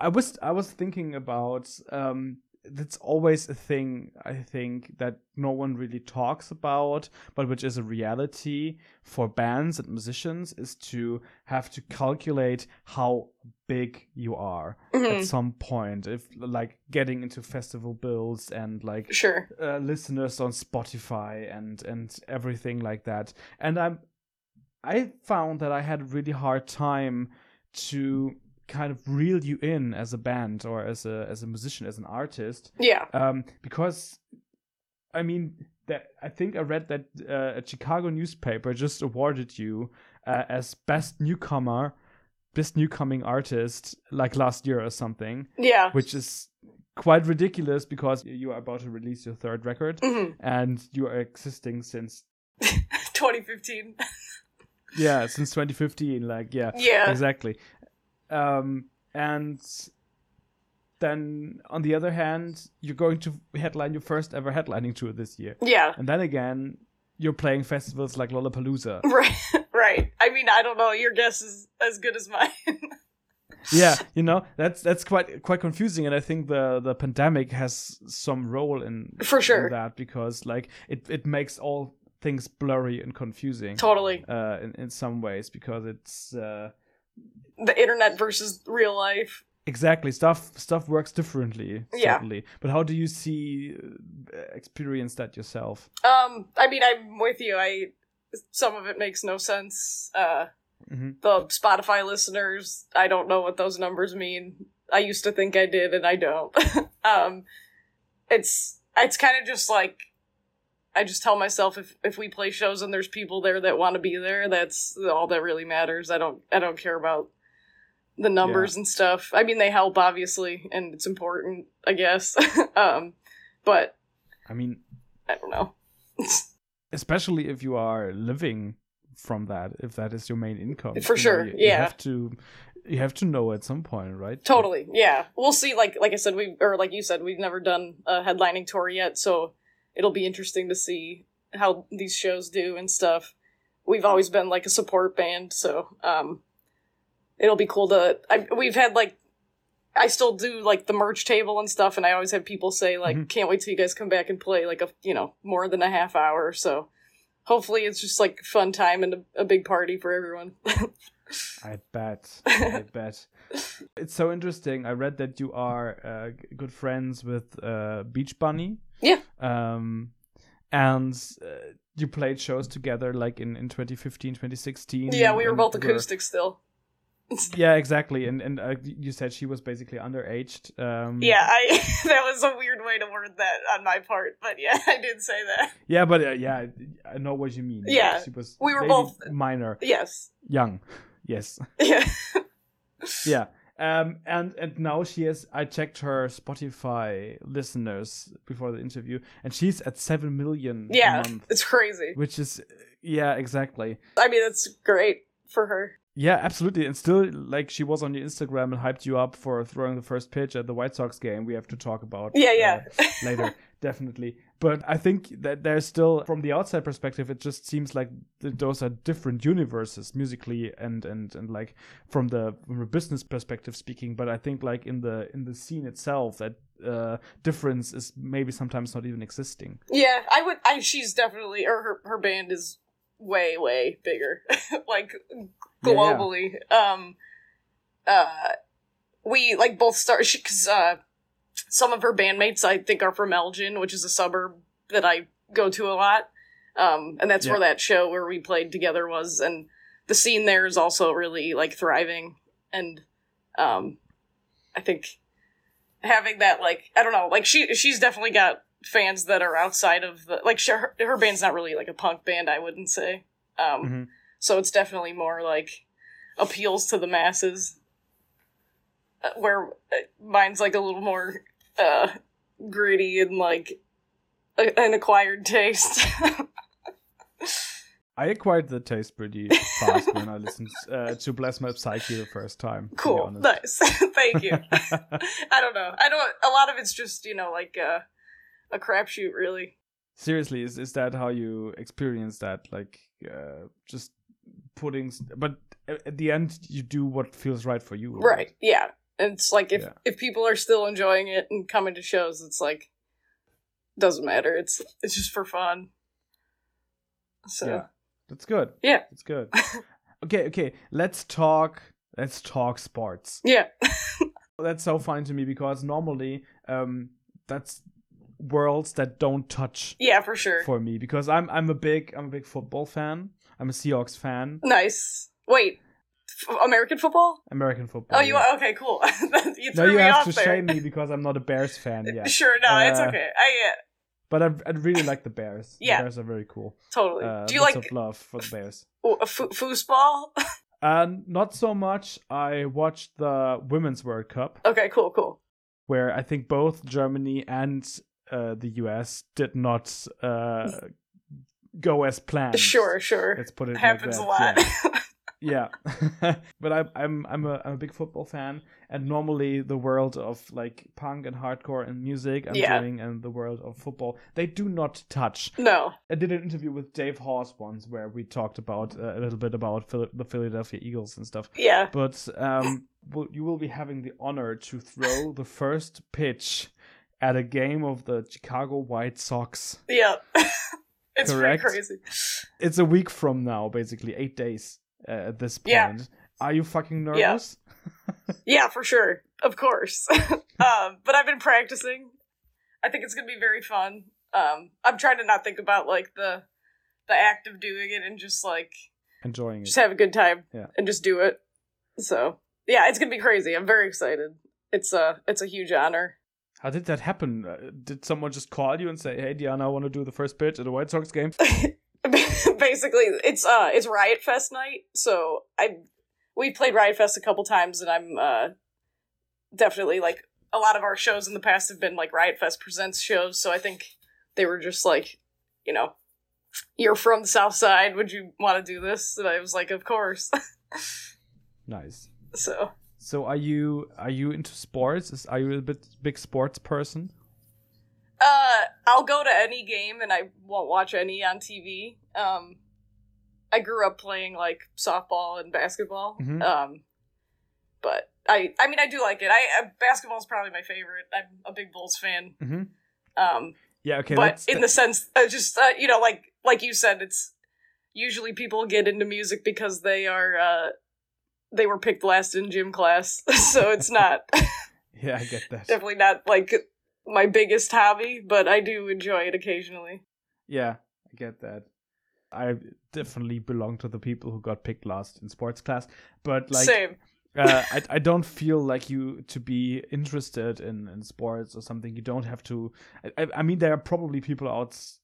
[SPEAKER 2] I was I was thinking about um. That's always a thing I think that no one really talks about, but which is a reality for bands and musicians is to have to calculate how big you are
[SPEAKER 1] Mhm,
[SPEAKER 2] at some point. If like getting into festival bills and like
[SPEAKER 1] Sure.
[SPEAKER 2] uh, listeners on Spotify and and everything like that. And I'm I found that I had a really hard time to kind of reel you in as a band or as a as a musician as an artist
[SPEAKER 1] Yeah.
[SPEAKER 2] um, because I mean that I think I read that uh, a Chicago newspaper just awarded you uh, as best newcomer, best newcoming artist like last year or something,
[SPEAKER 1] Yeah.
[SPEAKER 2] which is quite ridiculous because you are about to release your third record
[SPEAKER 1] Mhm,
[SPEAKER 2] and you are existing since
[SPEAKER 1] 2015.
[SPEAKER 2] yeah since 2015 like yeah
[SPEAKER 1] Yeah.
[SPEAKER 2] exactly um and then on the other hand you're going to headline your first ever headlining tour this year
[SPEAKER 1] Yeah.
[SPEAKER 2] and then again you're playing festivals like lollapalooza
[SPEAKER 1] Right. Right. I mean, I don't know. Your guess is as good as mine.
[SPEAKER 2] yeah you know that's that's quite quite confusing and i think the the pandemic has some role in
[SPEAKER 1] For
[SPEAKER 2] in
[SPEAKER 1] sure.
[SPEAKER 2] that because like it it makes all things blurry and confusing
[SPEAKER 1] totally.
[SPEAKER 2] uh in, in some ways because it's uh
[SPEAKER 1] The internet versus real life.
[SPEAKER 2] exactly stuff stuff works differently
[SPEAKER 1] Yeah.
[SPEAKER 2] certainly but how do you see uh, experience that yourself
[SPEAKER 1] Um, I mean, I'm with you. I some of it makes no sense. Uh,
[SPEAKER 2] Mhm.
[SPEAKER 1] the Spotify listeners, I don't know what those numbers mean. I used to think I did, and I don't. um, it's it's kind of just like I just tell myself if if we play shows and there's people there that want to be there, that's all that really matters. I don't I don't care about the numbers and stuff. I mean, they help obviously, and it's important, I guess. um, but
[SPEAKER 2] i mean
[SPEAKER 1] I don't know.
[SPEAKER 2] especially if you are living from that if that is your main income
[SPEAKER 1] For
[SPEAKER 2] you know,
[SPEAKER 1] sure,
[SPEAKER 2] you, you
[SPEAKER 1] yeah.
[SPEAKER 2] have to you have to know at some point right
[SPEAKER 1] Totally. Yeah. We'll see like like I said we or like you said we've never done a headlining tour yet, so it'll be interesting to see how these shows do and stuff. We've always been like a support band, so um it'll be cool to I we've had like I still do like the merch table and stuff and I always have people say like
[SPEAKER 2] Mhm.
[SPEAKER 1] can't wait till you guys come back and play like a you know more than a half hour, so hopefully it's just like fun time and a, a big party for everyone.
[SPEAKER 2] i bet i bet It's so interesting. I read that you are uh, g- good friends with uh, Beach Bunny.
[SPEAKER 1] Yeah.
[SPEAKER 2] Um, and uh, you played shows together like in, in 2015, 2016.
[SPEAKER 1] yeah, we were
[SPEAKER 2] and
[SPEAKER 1] both acoustic still.
[SPEAKER 2] yeah, exactly. And and uh, you said she was basically underaged. Um,
[SPEAKER 1] Yeah, I that was a weird way to word that on my part, but yeah, I did say that.
[SPEAKER 2] Yeah, but uh, yeah, I- I know what you mean.
[SPEAKER 1] Yeah,
[SPEAKER 2] She was
[SPEAKER 1] we were
[SPEAKER 2] maybe
[SPEAKER 1] both-
[SPEAKER 2] minor,
[SPEAKER 1] Yes.
[SPEAKER 2] young. Yes.
[SPEAKER 1] Yeah.
[SPEAKER 2] yeah um and and now she has i checked her spotify listeners before the interview and she's at 7 million a
[SPEAKER 1] Yeah.
[SPEAKER 2] month,
[SPEAKER 1] It's crazy.
[SPEAKER 2] which is yeah exactly
[SPEAKER 1] I mean, that's great for her.
[SPEAKER 2] yeah absolutely and still like she was on your instagram and hyped you up for throwing the first pitch at the white sox game we have to talk about
[SPEAKER 1] Yeah, yeah.
[SPEAKER 2] uh, later definitely but i think that there's still from the outside perspective it just seems like th- those are different universes musically and and and like from the from a business perspective speaking but i think like in the in the scene itself that uh difference is maybe sometimes not even existing
[SPEAKER 1] Yeah, I would. I she's definitely or her her band is way way bigger, like
[SPEAKER 2] Yeah, yeah.
[SPEAKER 1] globally. Um, uh, we like both start because uh, some of her bandmates I think are from Elgin, which is a suburb that I go to a lot. Um, and that's
[SPEAKER 2] Yeah.
[SPEAKER 1] where that show where we played together was, and the scene there is also really like thriving, and um, I think having that like I don't know like she she's definitely got fans that are outside of the like she, her, her band's not really like a punk band I wouldn't say um
[SPEAKER 2] Mhm.
[SPEAKER 1] so it's definitely more like appeals to the masses uh, where uh, mine's like a little more uh gritty and like a- an acquired taste
[SPEAKER 2] I acquired the taste pretty fast when I listened uh, to Bless My Psyche the first time. to be
[SPEAKER 1] cool
[SPEAKER 2] honest.
[SPEAKER 1] nice thank you I don't know I don't a lot of it's just you know like uh a crapshoot really
[SPEAKER 2] seriously is is that how you experience that like uh just putting s- but a- at the end you do what feels right for you
[SPEAKER 1] Right. Yeah. And it's like if
[SPEAKER 2] Yeah.
[SPEAKER 1] if people are still enjoying it and coming to shows, it's like doesn't matter. It's it's just for fun. So
[SPEAKER 2] yeah that's good
[SPEAKER 1] Yeah.
[SPEAKER 2] that's good okay okay let's talk let's talk sports
[SPEAKER 1] yeah.
[SPEAKER 2] that's so fine to me because normally um that's worlds that don't touch
[SPEAKER 1] Yeah, for sure.
[SPEAKER 2] for me because i'm i'm a big i'm a big football fan i'm a seahawks fan
[SPEAKER 1] nice. Wait. F- American football?
[SPEAKER 2] american football
[SPEAKER 1] Oh, you
[SPEAKER 2] yeah.
[SPEAKER 1] are okay, cool. you
[SPEAKER 2] no
[SPEAKER 1] threw
[SPEAKER 2] you
[SPEAKER 1] me
[SPEAKER 2] have
[SPEAKER 1] off
[SPEAKER 2] to
[SPEAKER 1] there.
[SPEAKER 2] shame me because i'm not a bears fan yeah
[SPEAKER 1] Sure, no, it's
[SPEAKER 2] Uh,
[SPEAKER 1] okay. I uh,
[SPEAKER 2] But I, I really like the Bears.
[SPEAKER 1] Yeah.
[SPEAKER 2] The Bears are very cool.
[SPEAKER 1] totally.
[SPEAKER 2] Uh,
[SPEAKER 1] Do you
[SPEAKER 2] lots
[SPEAKER 1] like
[SPEAKER 2] of love for the Bears?
[SPEAKER 1] w- f- foosball?
[SPEAKER 2] And not so much. I watched the Women's World Cup,
[SPEAKER 1] okay, cool, cool.
[SPEAKER 2] where I think both Germany and uh, the US did not uh, go as planned.
[SPEAKER 1] Sure, sure.
[SPEAKER 2] Let's put it
[SPEAKER 1] Happens
[SPEAKER 2] like
[SPEAKER 1] a lot.
[SPEAKER 2] that. Yeah. yeah. but I, I'm I'm a I'm a big football fan, and normally the world of like punk and hardcore and music I'm
[SPEAKER 1] Yeah.
[SPEAKER 2] doing, and the world of football they do not touch.
[SPEAKER 1] no.
[SPEAKER 2] I did an interview with Dave Hawes once where we talked about uh, a little bit about Phil- the Philadelphia Eagles and stuff.
[SPEAKER 1] Yeah.
[SPEAKER 2] But um, will- you will be having the honor to throw the first pitch at a game of the Chicago White Sox.
[SPEAKER 1] Yeah. it's
[SPEAKER 2] Correct.
[SPEAKER 1] pretty crazy.
[SPEAKER 2] It's a week from now, basically eight days uh, at this point.
[SPEAKER 1] Yeah.
[SPEAKER 2] Are you fucking nervous?
[SPEAKER 1] Yeah. Yeah, for sure. Of course. um, but I've been practicing. I think it's going to be very fun. Um, I'm trying to not think about like the the act of doing it and just like
[SPEAKER 2] Enjoying it.
[SPEAKER 1] just have a good time
[SPEAKER 2] Yeah.
[SPEAKER 1] and just do it. So, yeah, it's going to be crazy. I'm very excited. It's a it's a huge honor.
[SPEAKER 2] How did that happen? Uh, did someone just call you and say, "Hey, Diana, I want to do the first pitch at the White Sox game"?
[SPEAKER 1] Basically, it's uh it's Riot Fest night. So, I we played Riot Fest a couple times and I'm uh definitely like a lot of our shows in the past have been like Riot Fest presents shows, so I think they were just like, you know, you're from the South Side, would you want to do this? And I was like, of course.
[SPEAKER 2] nice.
[SPEAKER 1] so
[SPEAKER 2] So, are you are you into sports? Is, are you a bit big sports person?
[SPEAKER 1] uh I'll go to any game and I won't watch any on TV. Um I grew up playing like softball and basketball.
[SPEAKER 2] Mhm.
[SPEAKER 1] Um but I I mean I do like it. I uh, basketball's probably my favorite. I'm a big Bulls fan.
[SPEAKER 2] Mm-hmm.
[SPEAKER 1] Um
[SPEAKER 2] Yeah, okay.
[SPEAKER 1] but
[SPEAKER 2] that's,
[SPEAKER 1] in the sense uh, just uh, you know like like you said it's usually people get into music because they are uh they were picked last in gym class, so it's not
[SPEAKER 2] Yeah, I get that.
[SPEAKER 1] definitely not like my biggest hobby, but I do enjoy it occasionally.
[SPEAKER 2] Yeah, I get that. I definitely belong to the people who got picked last in sports class, but like
[SPEAKER 1] Same.
[SPEAKER 2] uh, I, I don't feel like you to be interested in, in sports or something. You don't have to. I- I, I mean, there are probably people out s-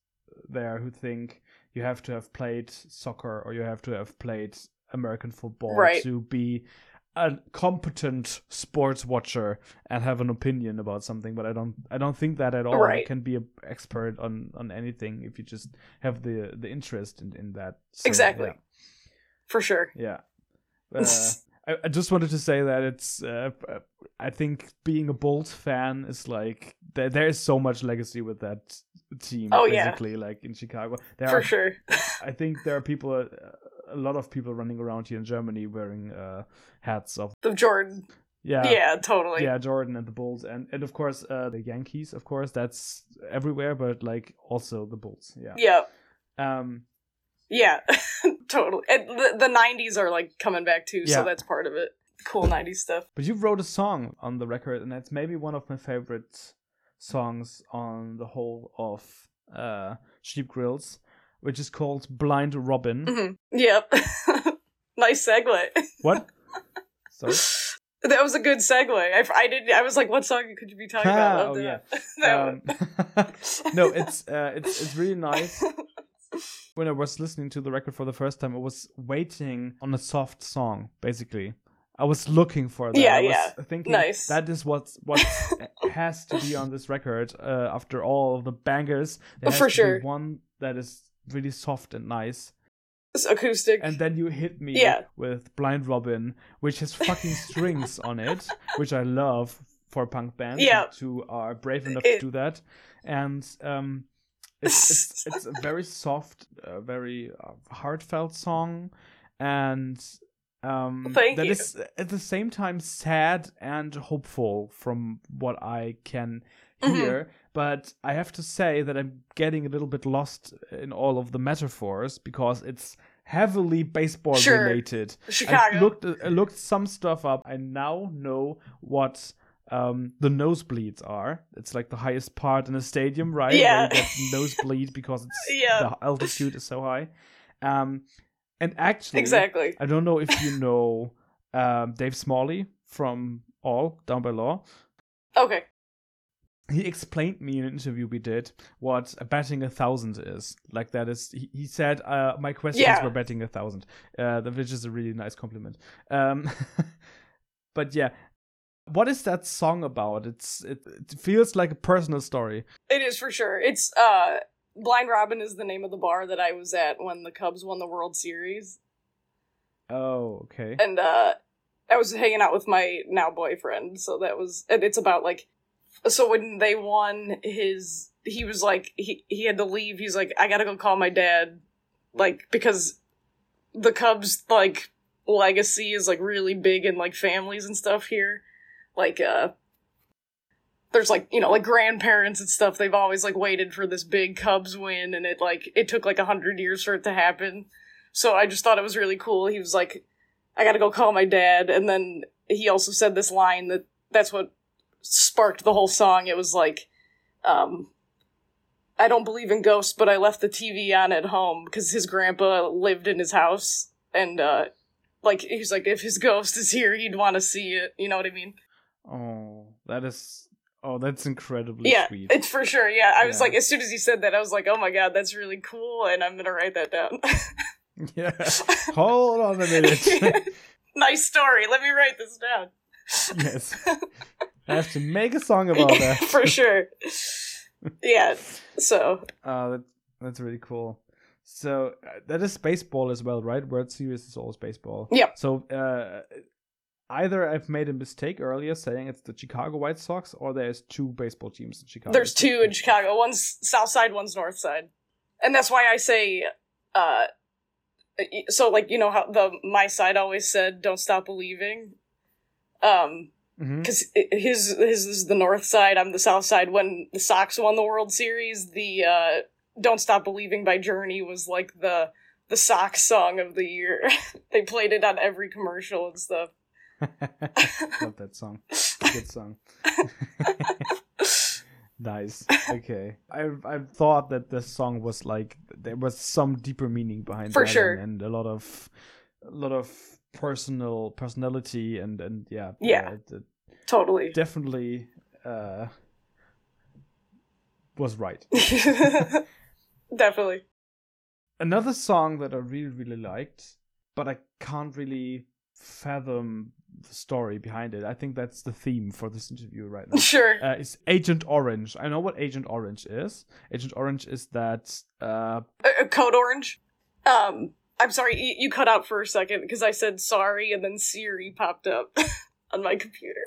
[SPEAKER 2] there who think you have to have played soccer or you have to have played American football
[SPEAKER 1] Right.
[SPEAKER 2] to be a competent sports watcher and have an opinion about something. But I don't. I don't think that at all. You
[SPEAKER 1] Right.
[SPEAKER 2] can be an expert on on anything if you just have the the interest in in that. So,
[SPEAKER 1] Exactly.
[SPEAKER 2] yeah.
[SPEAKER 1] For sure.
[SPEAKER 2] Yeah. Uh, I, I just wanted to say that it's. Uh, I think being a Bulls fan is like there. There is so much legacy with that team.
[SPEAKER 1] Oh, yeah.
[SPEAKER 2] basically, like in Chicago, there
[SPEAKER 1] For
[SPEAKER 2] are.
[SPEAKER 1] sure.
[SPEAKER 2] I think there are people. Uh, a lot of people running around here in Germany wearing uh, hats of
[SPEAKER 1] The Jordan.
[SPEAKER 2] yeah
[SPEAKER 1] yeah, totally.
[SPEAKER 2] yeah Jordan and the Bulls and and of course uh, the Yankees of course that's everywhere but like also the Bulls yeah,
[SPEAKER 1] Yeah.
[SPEAKER 2] um
[SPEAKER 1] Yeah. totally. And the, the 90s are like coming back too,
[SPEAKER 2] Yeah.
[SPEAKER 1] so that's part of it. Cool 90s stuff.
[SPEAKER 2] But you wrote a song on the record, and that's maybe one of my favorite songs on the whole of uh, Sheep Grills, which is called Blind Robin.
[SPEAKER 1] hmm Yep. nice segue.
[SPEAKER 2] what? Sorry.
[SPEAKER 1] That was a good segue. I, I did. I was like, "What song could you be talking about?"
[SPEAKER 2] Ah,
[SPEAKER 1] Love
[SPEAKER 2] oh,
[SPEAKER 1] that. that one.
[SPEAKER 2] Um, no, it's uh, it's it's really nice. When I was listening to the record for the first time, I was waiting on a soft song. Basically, I was looking for that.
[SPEAKER 1] Yeah,
[SPEAKER 2] I was
[SPEAKER 1] yeah.
[SPEAKER 2] Thinking
[SPEAKER 1] Nice.
[SPEAKER 2] that is what what has to be on this record. Uh, after all of the bangers, there has
[SPEAKER 1] For
[SPEAKER 2] to be
[SPEAKER 1] sure.
[SPEAKER 2] one that is really soft and nice.
[SPEAKER 1] It's acoustic.
[SPEAKER 2] And then you hit me
[SPEAKER 1] Yeah.
[SPEAKER 2] with Blind Robin, which has fucking strings on it, which I love for punk bands
[SPEAKER 1] Yeah.
[SPEAKER 2] who are brave enough to
[SPEAKER 1] It-
[SPEAKER 2] do that. And um, it's, it's, it's a very soft, uh, very uh, heartfelt song. And um,
[SPEAKER 1] Thank
[SPEAKER 2] that
[SPEAKER 1] you.
[SPEAKER 2] is at the same time sad and hopeful from what I can
[SPEAKER 1] Mhm.
[SPEAKER 2] hear. But I have to say that I'm getting a little bit lost in all of the metaphors because it's heavily baseball
[SPEAKER 1] Sure.
[SPEAKER 2] related. I
[SPEAKER 1] Chicago.
[SPEAKER 2] looked I looked some stuff up. I now know what um, the nosebleeds are. It's like the highest part in a stadium, right? Where
[SPEAKER 1] Yeah.
[SPEAKER 2] you get nosebleed because it's
[SPEAKER 1] Yeah.
[SPEAKER 2] the altitude is so high. Um, and actually,
[SPEAKER 1] exactly.
[SPEAKER 2] I don't know if you know um, Dave Smalley from All Down by Law.
[SPEAKER 1] Okay.
[SPEAKER 2] He explained me in an interview we did what batting a thousand is. Like that is, he, he said, uh, my questions
[SPEAKER 1] Yeah.
[SPEAKER 2] were batting a thousand, uh, the- which is a really nice compliment. Um, but yeah, what is that song about? It's it, it feels like a personal story.
[SPEAKER 1] It is for sure. It's uh Blind Robin is the name of the bar that I was at when the Cubs won the World Series.
[SPEAKER 2] Oh, okay.
[SPEAKER 1] And uh I was hanging out with my now boyfriend, so that was and it's about like so when they won his he was like he he had to leave. He's like I got to go call my dad like because the Cubs like legacy is like really big in like families and stuff here. Like uh there's like you know like grandparents and stuff they've always like waited for this big cubs win and it like it took like a hundred years for it to happen so i just thought it was really cool he was like i gotta go call my dad and then he also said this line that that's what sparked the whole song it was like um i don't believe in ghosts but i left the tv on at home because his grandpa lived in his house and uh like he's like if his ghost is here he'd want to see it you know what i mean
[SPEAKER 2] Oh, that is. Oh, that's incredibly
[SPEAKER 1] yeah,
[SPEAKER 2] sweet.
[SPEAKER 1] it's for sure. Yeah, I was
[SPEAKER 2] Yeah.
[SPEAKER 1] like, as soon as you said that, I was like, oh my god, that's really cool, and I'm gonna write that down.
[SPEAKER 2] yeah. Hold on a minute.
[SPEAKER 1] nice story. Let me write this down.
[SPEAKER 2] yes. I have to make a song about that.
[SPEAKER 1] for sure. Yeah. So
[SPEAKER 2] Uh, that, that's really cool. So uh, that is baseball as well, right? World Series is always baseball.
[SPEAKER 1] Yep.
[SPEAKER 2] So uh, either I've made a mistake earlier saying it's the Chicago White Sox, or there's two baseball teams in Chicago.
[SPEAKER 1] there's two in Chicago. One's south side, one's north side, and that's why I say. uh so like you know how the my side always said don't stop believing um
[SPEAKER 2] Mhm.
[SPEAKER 1] because his his is the north side i'm the south side when the sox won the world series the uh don't stop believing by journey was like the the sock song of the year. they played it on every commercial and stuff.
[SPEAKER 2] Love that song. Good song. nice. Okay. I I thought that this song was like there was some deeper meaning behind
[SPEAKER 1] For
[SPEAKER 2] that
[SPEAKER 1] sure.
[SPEAKER 2] and, and a lot of a lot of personal personality and and yeah
[SPEAKER 1] Yeah.
[SPEAKER 2] uh, it- it
[SPEAKER 1] Totally.
[SPEAKER 2] definitely uh was right.
[SPEAKER 1] Definitely.
[SPEAKER 2] another song that I really really liked, but I can't really fathom the story behind it. I think that's the theme for this interview right now.
[SPEAKER 1] Sure.
[SPEAKER 2] Uh, it's Agent Orange. I know what Agent Orange is. Agent Orange is that. Uh,
[SPEAKER 1] Uh, uh, Code Orange. Um, I'm sorry, you, you cut out for a second because I said sorry and then Siri popped up on my computer.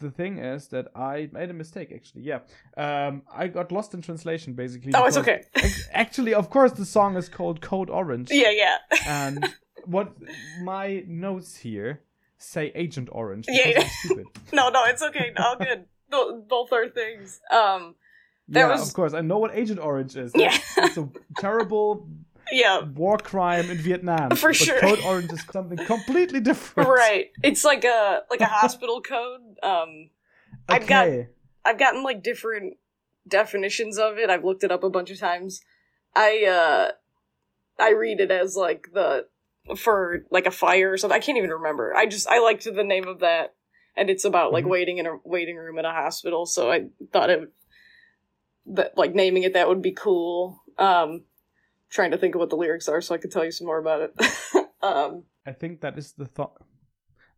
[SPEAKER 2] the thing is that I made a mistake actually. Yeah, um, I got lost in translation basically.
[SPEAKER 1] oh, it's
[SPEAKER 2] because-
[SPEAKER 1] okay.
[SPEAKER 2] Ac- Actually, of course, the song is called Code Orange.
[SPEAKER 1] Yeah, yeah.
[SPEAKER 2] And what my notes here say Agent Orange.
[SPEAKER 1] Yeah,
[SPEAKER 2] because I'm stupid.
[SPEAKER 1] No, no, it's okay. All good. Bo- Both are things. Um,
[SPEAKER 2] Yeah,
[SPEAKER 1] There was-
[SPEAKER 2] of course. I know what Agent Orange is.
[SPEAKER 1] Yeah.
[SPEAKER 2] it's a terrible
[SPEAKER 1] yeah,
[SPEAKER 2] war crime in Vietnam.
[SPEAKER 1] For
[SPEAKER 2] but
[SPEAKER 1] sure.
[SPEAKER 2] Code Orange is something completely different.
[SPEAKER 1] right. It's like a like a hospital code. Um,
[SPEAKER 2] Okay.
[SPEAKER 1] I've got- I've gotten like different definitions of it. I've looked it up a bunch of times. I uh I read it as like the for like a fire or something. I can't even remember. I just I liked the name of that and it's about like
[SPEAKER 2] Mhm.
[SPEAKER 1] waiting in a waiting room in a hospital, so I thought it that like naming it that would be cool. Um trying to think of what the lyrics are so I could tell you some more about it. um
[SPEAKER 2] I think that is the thong.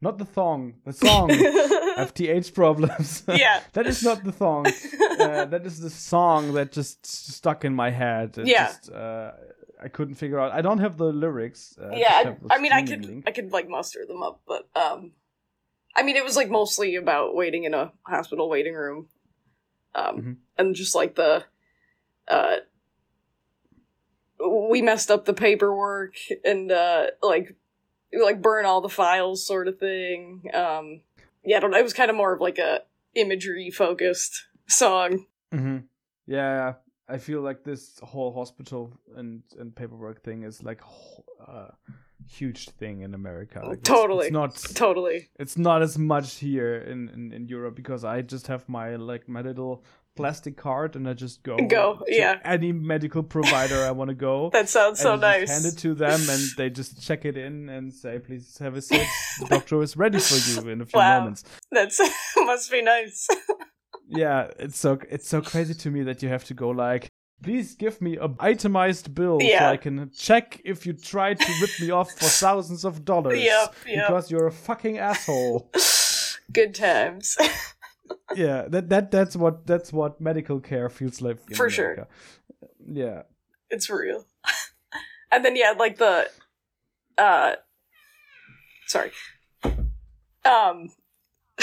[SPEAKER 2] Not the thong. The song. FTH problems.
[SPEAKER 1] Yeah.
[SPEAKER 2] that is not the thong. Uh, that is the song that just s- stuck in my head. It
[SPEAKER 1] Yeah.
[SPEAKER 2] Just, uh, I couldn't figure out. I don't have the lyrics. Uh, just
[SPEAKER 1] yeah
[SPEAKER 2] have the
[SPEAKER 1] I, I mean i
[SPEAKER 2] streaming
[SPEAKER 1] could
[SPEAKER 2] link.
[SPEAKER 1] i could like muster them up but um i mean it was like mostly about waiting in a hospital waiting room um
[SPEAKER 2] Mhm.
[SPEAKER 1] and just like the uh we messed up the paperwork and uh like like burn all the files sort of thing um yeah I don't, it was kind of more of like a imagery focused song
[SPEAKER 2] Mm-hmm. Yeah, I feel like this whole hospital and and paperwork thing is like a uh, huge thing in America. Like, it's-
[SPEAKER 1] Totally.
[SPEAKER 2] it's not
[SPEAKER 1] totally
[SPEAKER 2] it's not as much here in, in in Europe because I just have my like my little plastic card and I just go
[SPEAKER 1] Go,
[SPEAKER 2] to
[SPEAKER 1] yeah.
[SPEAKER 2] any medical provider I want to go.
[SPEAKER 1] that sounds
[SPEAKER 2] and
[SPEAKER 1] so
[SPEAKER 2] I
[SPEAKER 1] nice
[SPEAKER 2] just Hand it to them, and they just check it in and say, "Please have a seat. The doctor is ready for you in a few
[SPEAKER 1] Wow.
[SPEAKER 2] moments."
[SPEAKER 1] that's must be nice
[SPEAKER 2] yeah it's so it's so crazy to me that you have to go like please give me a itemized bill so
[SPEAKER 1] Yeah.
[SPEAKER 2] i can check if you tried to rip me off for thousands of dollars
[SPEAKER 1] Yep, yep.
[SPEAKER 2] because you're a fucking asshole
[SPEAKER 1] good times
[SPEAKER 2] yeah that that that's what that's what medical care feels like in
[SPEAKER 1] For sure.
[SPEAKER 2] America. yeah
[SPEAKER 1] it's real. and then yeah, like the uh sorry. Um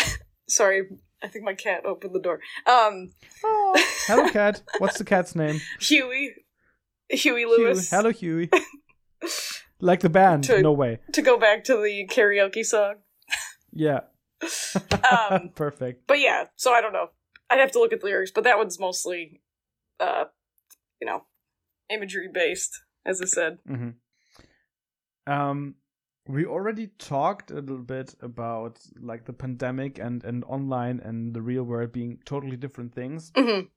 [SPEAKER 1] sorry, I think my cat opened the door. Um
[SPEAKER 2] oh hello cat what's the cat's name
[SPEAKER 1] Huey Huey
[SPEAKER 2] Huey.
[SPEAKER 1] Lewis
[SPEAKER 2] hello huey like the band
[SPEAKER 1] To-
[SPEAKER 2] no way
[SPEAKER 1] to go back to the karaoke song.
[SPEAKER 2] yeah
[SPEAKER 1] Um
[SPEAKER 2] perfect
[SPEAKER 1] but yeah, so I don't know. I'd have to look at the lyrics, but that one's mostly uh you know, imagery based, as I said.
[SPEAKER 2] hmm Um, we already talked a little bit about like the pandemic and and online and the real world being totally different things.
[SPEAKER 1] Mhm.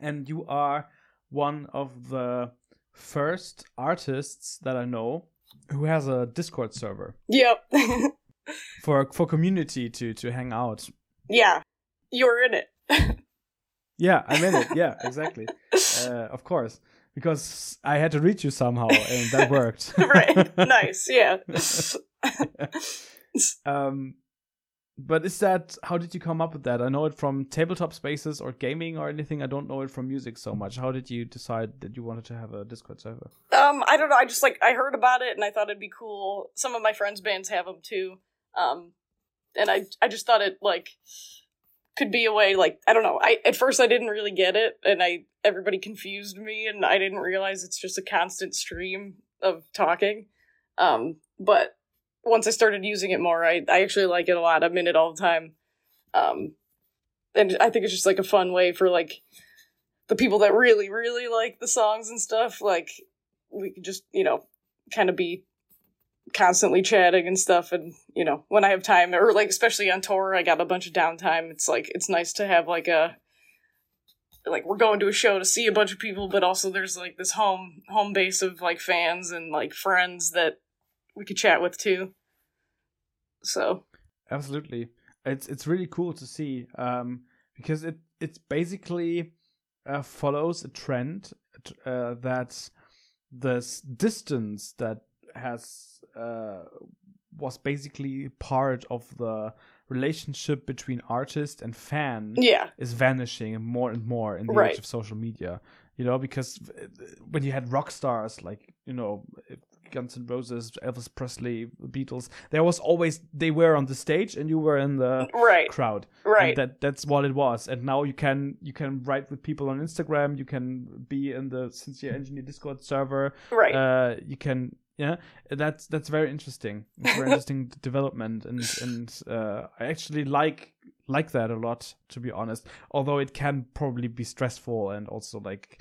[SPEAKER 2] And you are one of the first artists that I know who has a Discord server
[SPEAKER 1] Yep.
[SPEAKER 2] for for community to to hang out.
[SPEAKER 1] yeah. You're in it.
[SPEAKER 2] Yeah, I meant it. Yeah, exactly. Uh, of course, because I had to reach you somehow, and that worked.
[SPEAKER 1] right. Nice. Yeah.
[SPEAKER 2] Um, but is that how did you come up with that? I know it from tabletop spaces or gaming or anything. I don't know it from music so much. How did you decide that you wanted to have a Discord server?
[SPEAKER 1] Um, I don't know. I just like I heard about it and I thought it'd be cool. Some of my friends' bands have them too. Um, and I I just thought it like could be a way. Like I don't know. I at first I didn't really get it, and I everybody confused me, and I didn't realize it's just a constant stream of talking. Um, but once I started using it more, I I actually like it a lot. I'm in it all the time. Um, and I think it's just like a fun way for like the people that really really like the songs and stuff like we could just you know kind of be constantly chatting and stuff and you know when i have time or like especially on tour i got a bunch of downtime it's like it's nice to have like a like we're going to a show to see a bunch of people but also there's like this home home base of like fans and like friends that we could chat with too so
[SPEAKER 2] Absolutely. It's it's really cool to see um, because it it's basically uh, follows a trend uh, that this distance that has uh, was basically part of the relationship between artist and fan
[SPEAKER 1] yeah
[SPEAKER 2] is vanishing more and more in the
[SPEAKER 1] Right.
[SPEAKER 2] age of social media. You know, because uh, when you had rock stars like you know Guns N' Roses, Elvis Presley, the Beatles, there was always they were on the stage and you were in the
[SPEAKER 1] right
[SPEAKER 2] crowd. And
[SPEAKER 1] right
[SPEAKER 2] that that's what it was. And now you can you can write with people on Instagram. You can be in the Sincere Engineer Discord server.
[SPEAKER 1] right
[SPEAKER 2] Uh, you can yeah. That's that's very interesting. It's very interesting d- development. And and uh, I actually like like that a lot to be honest. Although it can probably be stressful and also like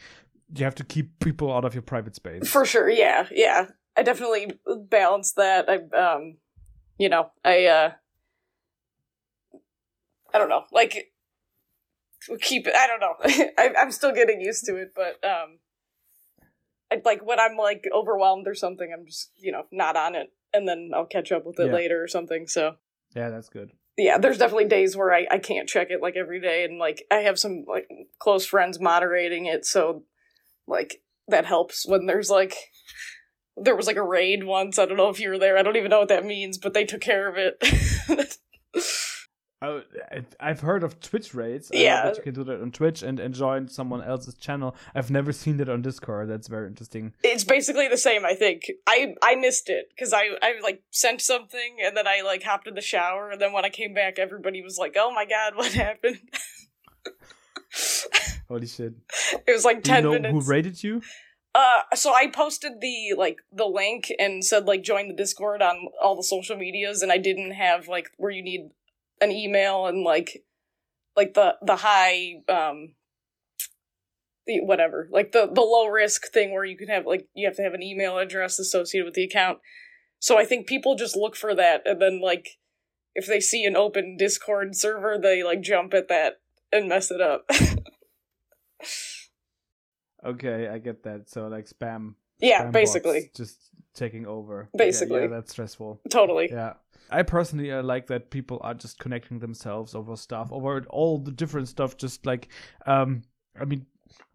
[SPEAKER 2] you have to keep people out of your private space.
[SPEAKER 1] For sure, yeah, yeah. I definitely balance that. I um you know, I uh I don't know. Like keep it I don't know. I I'm still getting used to it, but um I, like when I'm like overwhelmed or something, I'm just, you know, not on it and then I'll catch up with it
[SPEAKER 2] Yeah.
[SPEAKER 1] later or something. So
[SPEAKER 2] yeah, that's good.
[SPEAKER 1] yeah, there's definitely days where I, I can't check it like every day, and like I have some like close friends moderating it, so like that helps when there's like there was like a raid once. I don't know if you were there. I don't even know what that means, but they took care of it.
[SPEAKER 2] Oh, I- I've heard of Twitch raids. I know
[SPEAKER 1] Yeah.
[SPEAKER 2] that you can do that on Twitch and, and join someone else's channel. I've never seen that on Discord. That's very interesting.
[SPEAKER 1] it's basically the same. I think I I missed it because I I like sent something and then I like hopped in the shower and then when I came back, everybody was like, "Oh my god, what happened?"
[SPEAKER 2] Holy shit!
[SPEAKER 1] It was like
[SPEAKER 2] Do you
[SPEAKER 1] ten
[SPEAKER 2] know
[SPEAKER 1] minutes.
[SPEAKER 2] who raided you?
[SPEAKER 1] Uh, so I posted the like the link and said like join the Discord on all the social medias, and I didn't have like where you need an email and like like the the high um the whatever like the the low risk thing where you can have like you have to have an email address associated with the account. So I think people just look for that, and then like if they see an open Discord server, they like jump at that and mess it up.
[SPEAKER 2] Okay, I get that. So like spam.
[SPEAKER 1] yeah,
[SPEAKER 2] spam
[SPEAKER 1] basically,
[SPEAKER 2] bots just taking over. Yeah,
[SPEAKER 1] Basically.
[SPEAKER 2] yeah, that's stressful.
[SPEAKER 1] totally.
[SPEAKER 2] Yeah, I personally uh, like that people are just connecting themselves over stuff, over all the different stuff. Just like, um, I mean,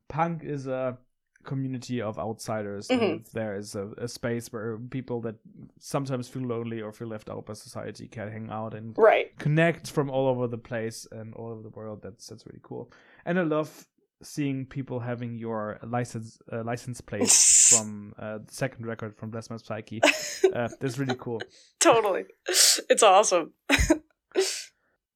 [SPEAKER 2] punk is a community of outsiders. and
[SPEAKER 1] Mhm.
[SPEAKER 2] if there is a, a space where people that sometimes feel lonely or feel left out by society can hang out and
[SPEAKER 1] Right.
[SPEAKER 2] connect from all over the place and all over the world. That's that's really cool, and I love seeing people having your license uh, license plate from uh, the second record from Blasphemous Psyche. Uh, that's really cool.
[SPEAKER 1] totally. It's awesome.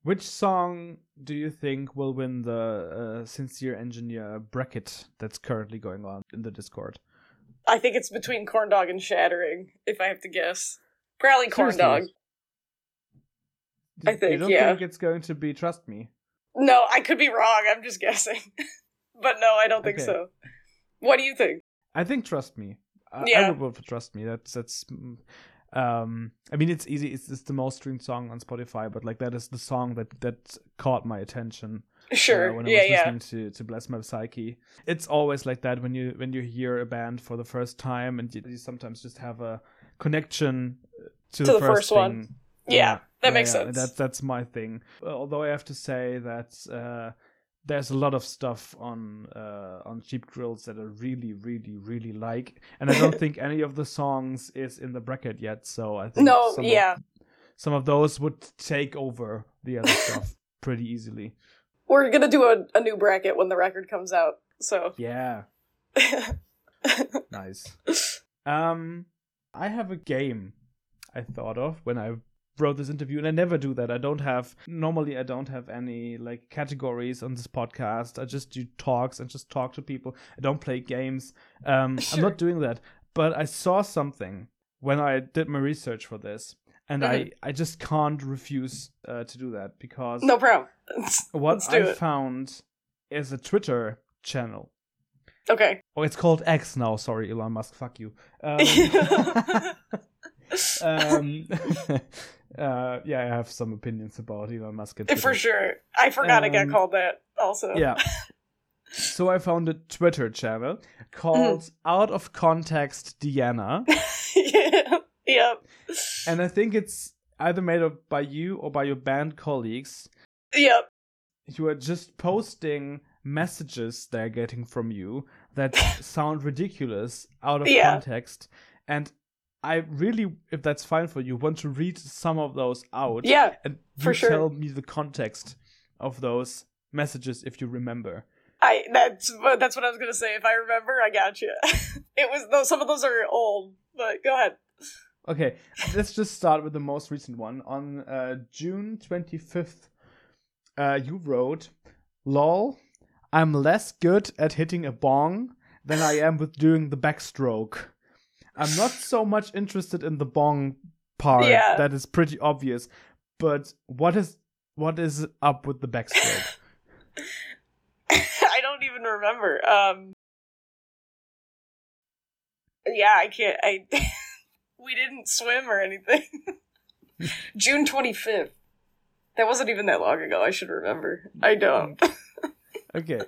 [SPEAKER 2] Which song do you think will win the uh, Sincere Engineer bracket that's currently going on in the Discord?
[SPEAKER 1] I think it's between corndog and shattering, if I have to guess. Probably
[SPEAKER 2] Seriously.
[SPEAKER 1] corndog.
[SPEAKER 2] Do-
[SPEAKER 1] I think,
[SPEAKER 2] you don't
[SPEAKER 1] yeah.
[SPEAKER 2] think it's going to be Trust Me.
[SPEAKER 1] No, I could be wrong. I'm just guessing. but no, I don't think
[SPEAKER 2] Okay.
[SPEAKER 1] so. What do you think?
[SPEAKER 2] I think Trust Me. I, I
[SPEAKER 1] Yeah.
[SPEAKER 2] would vote for Trust Me. That's that's. mm, Um, I mean, it's easy. It's, it's the most streamed song on Spotify, but like that is the song that that caught my attention.
[SPEAKER 1] Sure.
[SPEAKER 2] uh, when I
[SPEAKER 1] yeah,
[SPEAKER 2] was
[SPEAKER 1] yeah.
[SPEAKER 2] listening to to Bless My Psyche. It's always like that when you when you hear a band for the first time, and you, you sometimes just have a connection uh, to,
[SPEAKER 1] To the
[SPEAKER 2] the,
[SPEAKER 1] first one.
[SPEAKER 2] thing.
[SPEAKER 1] Yeah, that makes sense.
[SPEAKER 2] That's that's my thing. Although I have to say that uh, there's a lot of stuff on uh, on Cheap Grills that I really, really, really like, and I don't think any of the songs is in the bracket yet. So I think
[SPEAKER 1] No,
[SPEAKER 2] some of-
[SPEAKER 1] yeah.
[SPEAKER 2] some of those would take over the other stuff pretty easily.
[SPEAKER 1] We're going to do a, a new bracket when the record comes out. So,
[SPEAKER 2] Yeah, nice. um, I have a game I thought of when I wrote this interview, and I never do that. I don't have normally. I don't have any like categories on this podcast. I just do talks and just talk to people. I don't play games. Um, I'm
[SPEAKER 1] Sure.
[SPEAKER 2] not doing that. But I saw something when I did my research for this, and
[SPEAKER 1] Mm-hmm.
[SPEAKER 2] I I just can't refuse uh, to do that because
[SPEAKER 1] no problem.
[SPEAKER 2] what
[SPEAKER 1] Let's do
[SPEAKER 2] I
[SPEAKER 1] it.
[SPEAKER 2] found is a Twitter channel
[SPEAKER 1] Okay.
[SPEAKER 2] Oh, it's called X now. Sorry, Elon Musk. Fuck you. Um, um, uh, yeah, I have some opinions about Elon Musk. and
[SPEAKER 1] Eh, For
[SPEAKER 2] Twitter.
[SPEAKER 1] sure. I forgot it got
[SPEAKER 2] Um,
[SPEAKER 1] called that also.
[SPEAKER 2] Yeah. So I found a Twitter channel called Out of Context Deanna,
[SPEAKER 1] yeah. Yep.
[SPEAKER 2] and I think it's either made up by you or by your band colleagues
[SPEAKER 1] Yep.
[SPEAKER 2] who are just posting messages they're getting from you that sound ridiculous out of
[SPEAKER 1] Yeah.
[SPEAKER 2] context, and I really, if that's fine for you, want to read some of those out.
[SPEAKER 1] Yeah.
[SPEAKER 2] and you
[SPEAKER 1] For sure.
[SPEAKER 2] tell me the context of those messages if you remember.
[SPEAKER 1] I that's what that's what I was gonna say. If I remember, I got you. it was though some of those are old, but go ahead.
[SPEAKER 2] Okay, let's just start with the most recent one. On uh, June 25th, uh, you wrote, "Lol, I'm less good at hitting a bong than I am with doing the backstroke. I'm not so much interested in the bong part.
[SPEAKER 1] Yeah.
[SPEAKER 2] That is pretty obvious. But what is what is up with the backstroke?"
[SPEAKER 1] I don't even remember. Um Yeah, I can't I we didn't swim or anything. June twenty fifth. That wasn't even that long ago, I should remember. I don't.
[SPEAKER 2] Okay.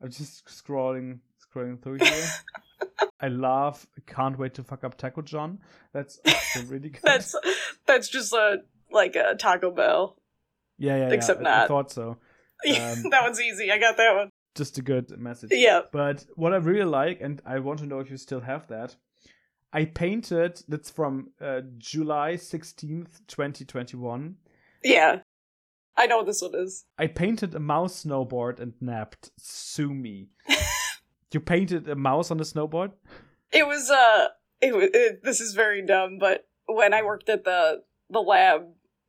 [SPEAKER 2] I'm just scrolling scrolling through here. I love Can't Wait to Fuck Up Taco John. That's also really good.
[SPEAKER 1] That's that's just a like a Taco Bell.
[SPEAKER 2] yeah, yeah, yeah.
[SPEAKER 1] except
[SPEAKER 2] I- I,
[SPEAKER 1] not.
[SPEAKER 2] thought so.
[SPEAKER 1] Yeah,
[SPEAKER 2] Um,
[SPEAKER 1] that one's easy. I got that one.
[SPEAKER 2] Just a good message.
[SPEAKER 1] Yeah.
[SPEAKER 2] But what I really like, and I want to know if you still have that, I painted, that's from uh, July 16th, 2021.
[SPEAKER 1] Yeah. I know what this one is.
[SPEAKER 2] I painted a mouse snowboard and napped. Sue me. you painted a mouse on a snowboard?
[SPEAKER 1] It was uh it, wa- it this is very dumb, but when I worked at the the lab,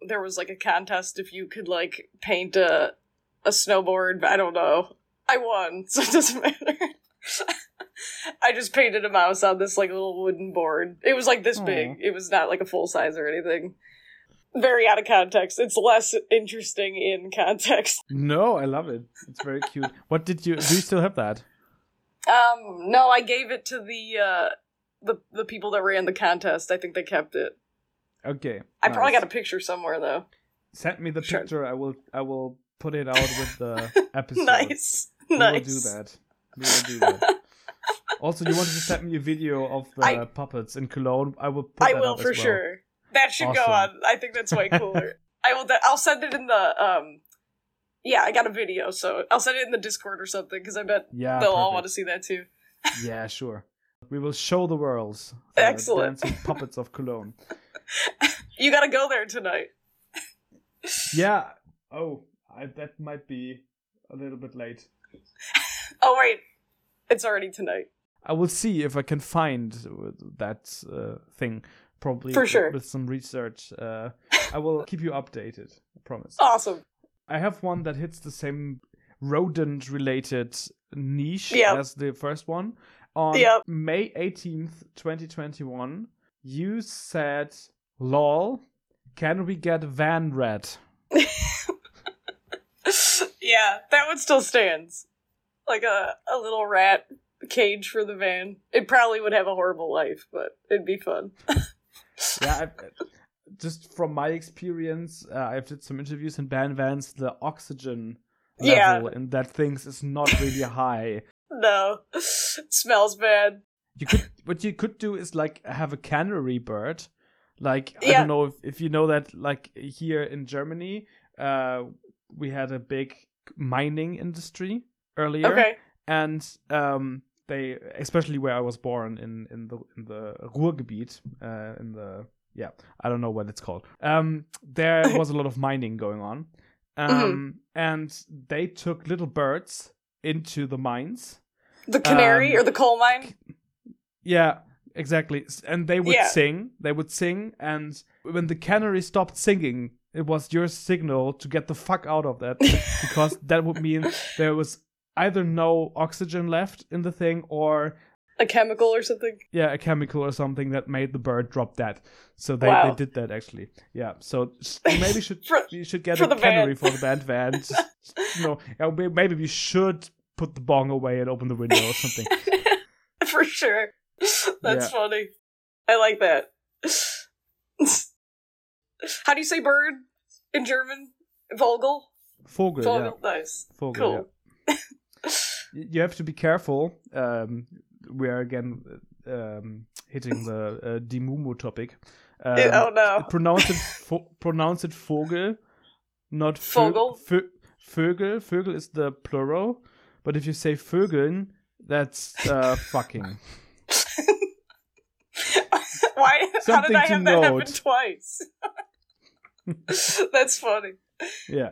[SPEAKER 1] there was like a contest if you could like paint a a snowboard, I don't know. I won, so it doesn't matter. I just painted a mouse on this like little wooden board. It was like this
[SPEAKER 2] Aw.
[SPEAKER 1] big. It was not like a full size or anything. Very out of context. It's less interesting in context.
[SPEAKER 2] No, I love it. It's very cute. What did you do? You still have that?
[SPEAKER 1] Um, no, I gave it to the uh the the people that ran the contest. I think they kept it.
[SPEAKER 2] Okay.
[SPEAKER 1] I probably
[SPEAKER 2] nice.
[SPEAKER 1] got a picture somewhere though.
[SPEAKER 2] send me the
[SPEAKER 1] Sure.
[SPEAKER 2] picture. I will. I will put it out with the episode.
[SPEAKER 1] Nice.
[SPEAKER 2] We
[SPEAKER 1] nice.
[SPEAKER 2] will do that. We will do that. also, you wanted to send me a video of the
[SPEAKER 1] I-
[SPEAKER 2] puppets in Cologne. I will. Put
[SPEAKER 1] I
[SPEAKER 2] that
[SPEAKER 1] will
[SPEAKER 2] up
[SPEAKER 1] for
[SPEAKER 2] as well.
[SPEAKER 1] sure. That should go on.
[SPEAKER 2] Awesome.
[SPEAKER 1] I think that's way cooler. I will. De- I'll send it in the um. Yeah, I got a video, so I'll send it in the Discord or something because I bet
[SPEAKER 2] Yeah.
[SPEAKER 1] they'll all want to
[SPEAKER 2] Ah, perfect.
[SPEAKER 1] see that too.
[SPEAKER 2] Yeah, sure. We will show the world. the
[SPEAKER 1] Excellent.
[SPEAKER 2] Dancing puppets of Cologne.
[SPEAKER 1] You got to go there tonight.
[SPEAKER 2] Yeah. Oh, I, that might be a little bit late.
[SPEAKER 1] Oh wait, it's already tonight.
[SPEAKER 2] I will see if I can find uh, that uh, thing. Probably
[SPEAKER 1] For
[SPEAKER 2] with-
[SPEAKER 1] sure.
[SPEAKER 2] with some research. Uh, I will keep you updated. I promise.
[SPEAKER 1] Awesome.
[SPEAKER 2] I have one that hits the same rodent-related niche
[SPEAKER 1] Yep.
[SPEAKER 2] as the first one. On
[SPEAKER 1] Yep.
[SPEAKER 2] May eighteenth, twenty twenty-one, you said, "Lol, can we get Van Red?"
[SPEAKER 1] yeah, that one still stands. Like a, a little rat cage for the van. It probably would have a horrible life, but it'd be fun.
[SPEAKER 2] yeah, I, just from my experience, uh, I've did some interviews in band vans. The oxygen
[SPEAKER 1] Yeah.
[SPEAKER 2] level in that things is not really high.
[SPEAKER 1] No. It smells bad.
[SPEAKER 2] You could what you could do is like have a canary bird. Like I
[SPEAKER 1] Yeah.
[SPEAKER 2] don't know if, if you know that like here in Germany, uh, we had a big mining industry earlier
[SPEAKER 1] Okay.
[SPEAKER 2] and um, they especially where I was born in in the in the Ruhrgebiet uh, in the yeah I don't know what it's called. Um, there was a lot of mining going on, um, and they took little birds into the mines.
[SPEAKER 1] The canary
[SPEAKER 2] Um,
[SPEAKER 1] or the coal mine?
[SPEAKER 2] Yeah, exactly. S- And they would
[SPEAKER 1] Yeah.
[SPEAKER 2] sing. They would sing, and when the canary stopped singing, it was your signal to get the fuck out of that because that would mean there was either no oxygen left in the thing or
[SPEAKER 1] A chemical or something?
[SPEAKER 2] yeah, a chemical or something that made the bird drop dead. So they,
[SPEAKER 1] Wow.
[SPEAKER 2] they did that actually. Yeah. So s- we maybe should
[SPEAKER 1] For-
[SPEAKER 2] we should get
[SPEAKER 1] for
[SPEAKER 2] a
[SPEAKER 1] the
[SPEAKER 2] canary
[SPEAKER 1] band.
[SPEAKER 2] for the band van. Just, you know, yeah, we- maybe we should put the bong away and open the window or something.
[SPEAKER 1] For sure. That's
[SPEAKER 2] Yeah.
[SPEAKER 1] funny. I like that. How do you say bird in German? Vogel?
[SPEAKER 2] Vogel, yeah.
[SPEAKER 1] Vogel. Nice.
[SPEAKER 2] Vogel,
[SPEAKER 1] Cool.
[SPEAKER 2] yeah. y- you have to be careful. Um, we are again um, hitting the uh, Die Mumu topic. Um,
[SPEAKER 1] Eh, oh no.
[SPEAKER 2] Pronounce it, vo- pronounce it Vogel, not vö-
[SPEAKER 1] Vogel?
[SPEAKER 2] vö- Vögel. Vögel is the plural, but if you say Vögeln, that's uh, fucking.
[SPEAKER 1] Why? How did
[SPEAKER 2] Something
[SPEAKER 1] I
[SPEAKER 2] to
[SPEAKER 1] have that happen
[SPEAKER 2] note.
[SPEAKER 1] twice? That's funny.
[SPEAKER 2] Yeah,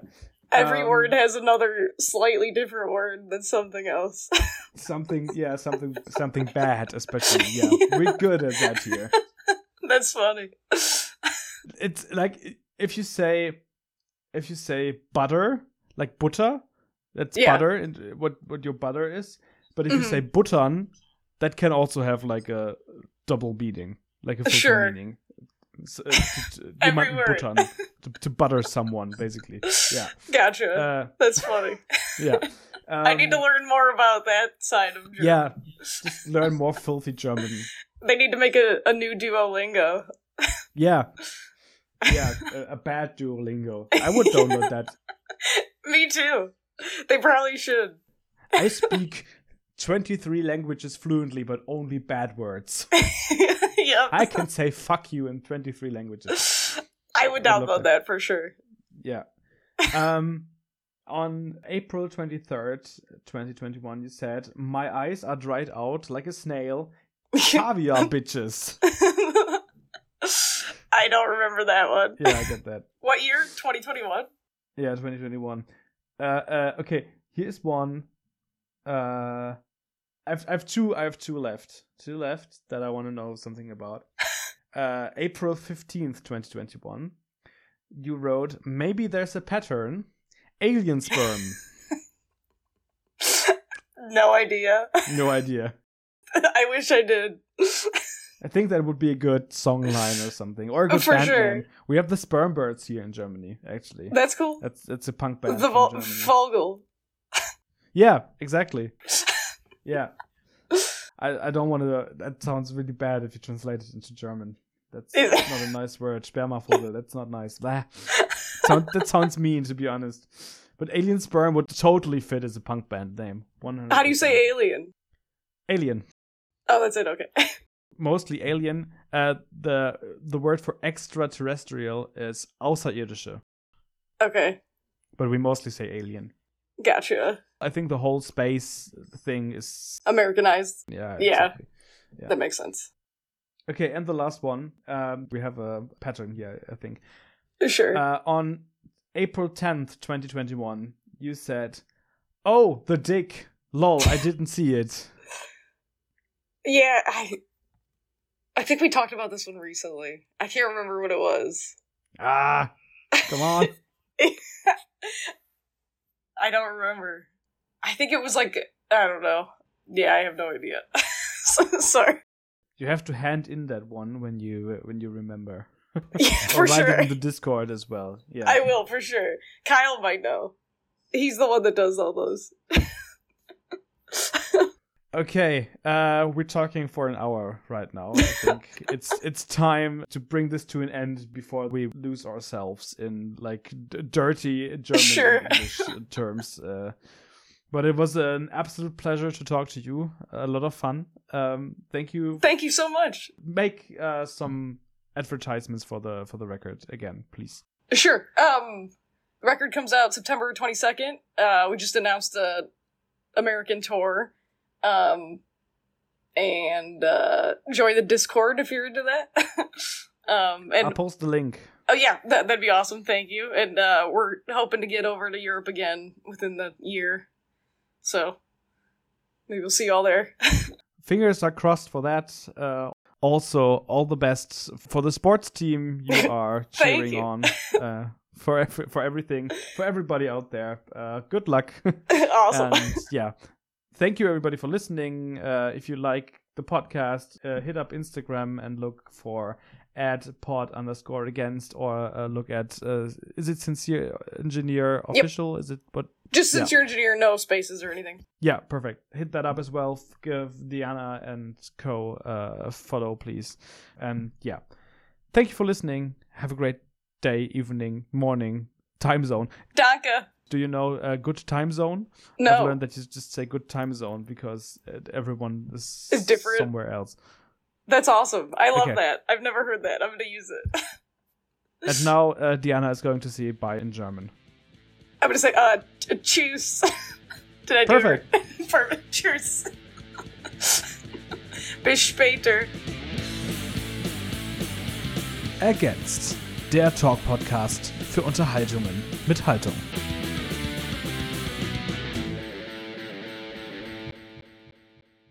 [SPEAKER 1] Every
[SPEAKER 2] Um,
[SPEAKER 1] word has another slightly different word than something else.
[SPEAKER 2] something. Yeah, something. Something bad, especially. Yeah, we're good at that here.
[SPEAKER 1] That's funny.
[SPEAKER 2] It's like if you say, if you say butter, like butter, that's
[SPEAKER 1] Yeah.
[SPEAKER 2] butter, and uh, what what your butter is. But if you
[SPEAKER 1] Mhm.
[SPEAKER 2] say buttern, that can also have like a double meaning, like a full
[SPEAKER 1] Sure.
[SPEAKER 2] meaning. S- uh, to- to- you might
[SPEAKER 1] Every word.
[SPEAKER 2] buttern to, to butter someone, basically. Yeah,
[SPEAKER 1] Gotcha.
[SPEAKER 2] uh,
[SPEAKER 1] That's funny.
[SPEAKER 2] yeah.
[SPEAKER 1] I need to
[SPEAKER 2] Um,
[SPEAKER 1] learn more about that side of German.
[SPEAKER 2] Yeah, just learn more filthy German.
[SPEAKER 1] They need to make a, a new Duolingo.
[SPEAKER 2] Yeah. Yeah, a, a bad Duolingo. I would download that.
[SPEAKER 1] Me too. They probably should.
[SPEAKER 2] I speak 23 languages fluently, but only bad words.
[SPEAKER 1] yep.
[SPEAKER 2] I can say fuck you in 23 languages.
[SPEAKER 1] I would
[SPEAKER 2] I would love
[SPEAKER 1] download that for sure.
[SPEAKER 2] Yeah. Um, on April 23rd, 2021, you said, My eyes are dried out like a snail. Caviar bitches.
[SPEAKER 1] I don't remember that one.
[SPEAKER 2] Yeah, I get that.
[SPEAKER 1] What year? 2021?
[SPEAKER 2] Yeah, 2021. Uh, uh, okay, here's one. Uh, I've I've two I have two left, two left that I want to know something about. Uh, April 15th, 2021. You wrote maybe there's a pattern, alien sperm.
[SPEAKER 1] No idea.
[SPEAKER 2] no idea.
[SPEAKER 1] I wish I did.
[SPEAKER 2] I think that would be a good song line or something, or a
[SPEAKER 1] Oh,
[SPEAKER 2] good
[SPEAKER 1] for
[SPEAKER 2] band
[SPEAKER 1] sure.
[SPEAKER 2] name. We have the Sperm Birds here in Germany, actually.
[SPEAKER 1] That's cool.
[SPEAKER 2] That's that's a punk band.
[SPEAKER 1] The
[SPEAKER 2] from
[SPEAKER 1] vo-
[SPEAKER 2] Germany.
[SPEAKER 1] Vogel.
[SPEAKER 2] Yeah, exactly. Yeah. I, I don't want to. That sounds really bad if you translate it into German. That's
[SPEAKER 1] Is-
[SPEAKER 2] not a nice word. Spermavogel. That's not nice. Blah. Sound, that sounds mean, to be honest. But Alien Sperm would totally fit as a punk band name. 100
[SPEAKER 1] How do you say alien?
[SPEAKER 2] Alien.
[SPEAKER 1] Oh, that's it. Okay.
[SPEAKER 2] Mostly alien. Uh, the the word for extraterrestrial is außerirdische,
[SPEAKER 1] Okay.
[SPEAKER 2] but we mostly say alien.
[SPEAKER 1] Gotcha.
[SPEAKER 2] I think the whole space thing is
[SPEAKER 1] Americanized.
[SPEAKER 2] yeah.
[SPEAKER 1] Um, Yeah.
[SPEAKER 2] exactly. Yeah.
[SPEAKER 1] That makes sense.
[SPEAKER 2] Okay, and the last one. Um, we have a pattern here, I think.
[SPEAKER 1] Sure.
[SPEAKER 2] Uh, on April 10th, 2021, you said, Oh, the dick. Lol, I didn't see it.
[SPEAKER 1] yeah, I. I think we talked about this one recently. I can't remember what it was.
[SPEAKER 2] Ah, come on.
[SPEAKER 1] I don't remember. I think it was like I don't know. Yeah, I have no idea. so, sorry.
[SPEAKER 2] you have to hand in that one when you when you remember.
[SPEAKER 1] Yeah, for
[SPEAKER 2] or write
[SPEAKER 1] sure.
[SPEAKER 2] it in the Discord as well. Yeah.
[SPEAKER 1] I will for sure. Kyle might know. He's the one that does all those.
[SPEAKER 2] Okay, uh, we're talking for an hour right now. I think it's it's time to bring this to an end before we lose ourselves in like d- dirty German
[SPEAKER 1] Sure.
[SPEAKER 2] and English terms. Uh, but it was an absolute pleasure to talk to you. A lot of fun. Um, thank you.
[SPEAKER 1] Thank you so much.
[SPEAKER 2] Make uh, some advertisements for the for the record again, please.
[SPEAKER 1] Sure. Um, record comes out September twenty second. Uh, we just announced the American tour. Um, and uh, join the Discord if you're into that. um, and
[SPEAKER 2] I'll post the link.
[SPEAKER 1] Oh yeah, that, that'd be awesome. Thank you. And uh, we're hoping to get over to Europe again within the year, so maybe we'll see y'all there.
[SPEAKER 2] fingers are crossed for that. Uh, also, all the best for the sports team you are
[SPEAKER 1] Thank
[SPEAKER 2] cheering
[SPEAKER 1] you.
[SPEAKER 2] on. Uh, for every, for everything, for everybody out there. Uh, good luck.
[SPEAKER 1] awesome.
[SPEAKER 2] And yeah, thank you everybody for listening. Uh, if you like the podcast, uh, hit up Instagram and look for at pod underscore against or uh, look at uh, is it sincere engineer official? Is it what?
[SPEAKER 1] Just
[SPEAKER 2] Yeah.
[SPEAKER 1] since you're engineer, no spaces or anything.
[SPEAKER 2] Yeah, perfect. Hit that up as well. F- Give Diana and Co. Uh, a follow, please. And yeah, thank you for listening. Have a great day, evening, morning, time zone.
[SPEAKER 1] Danke.
[SPEAKER 2] Do you know a good time zone? I've
[SPEAKER 1] No.
[SPEAKER 2] learned that you just say good time zone because uh, everyone is
[SPEAKER 1] It's different.
[SPEAKER 2] somewhere else.
[SPEAKER 1] That's awesome. I love
[SPEAKER 2] Okay.
[SPEAKER 1] that. I've never heard that. I'm going to use it.
[SPEAKER 2] And now uh, Diana is going to say bye in German.
[SPEAKER 1] I'm going to say, uh, t- tschüss. Did I do
[SPEAKER 2] Perfect.
[SPEAKER 1] it? right? Perfect. Tschüss. Bis später.
[SPEAKER 2] Ergänzt. Der Talk-Podcast für Unterhaltungen mit Haltung.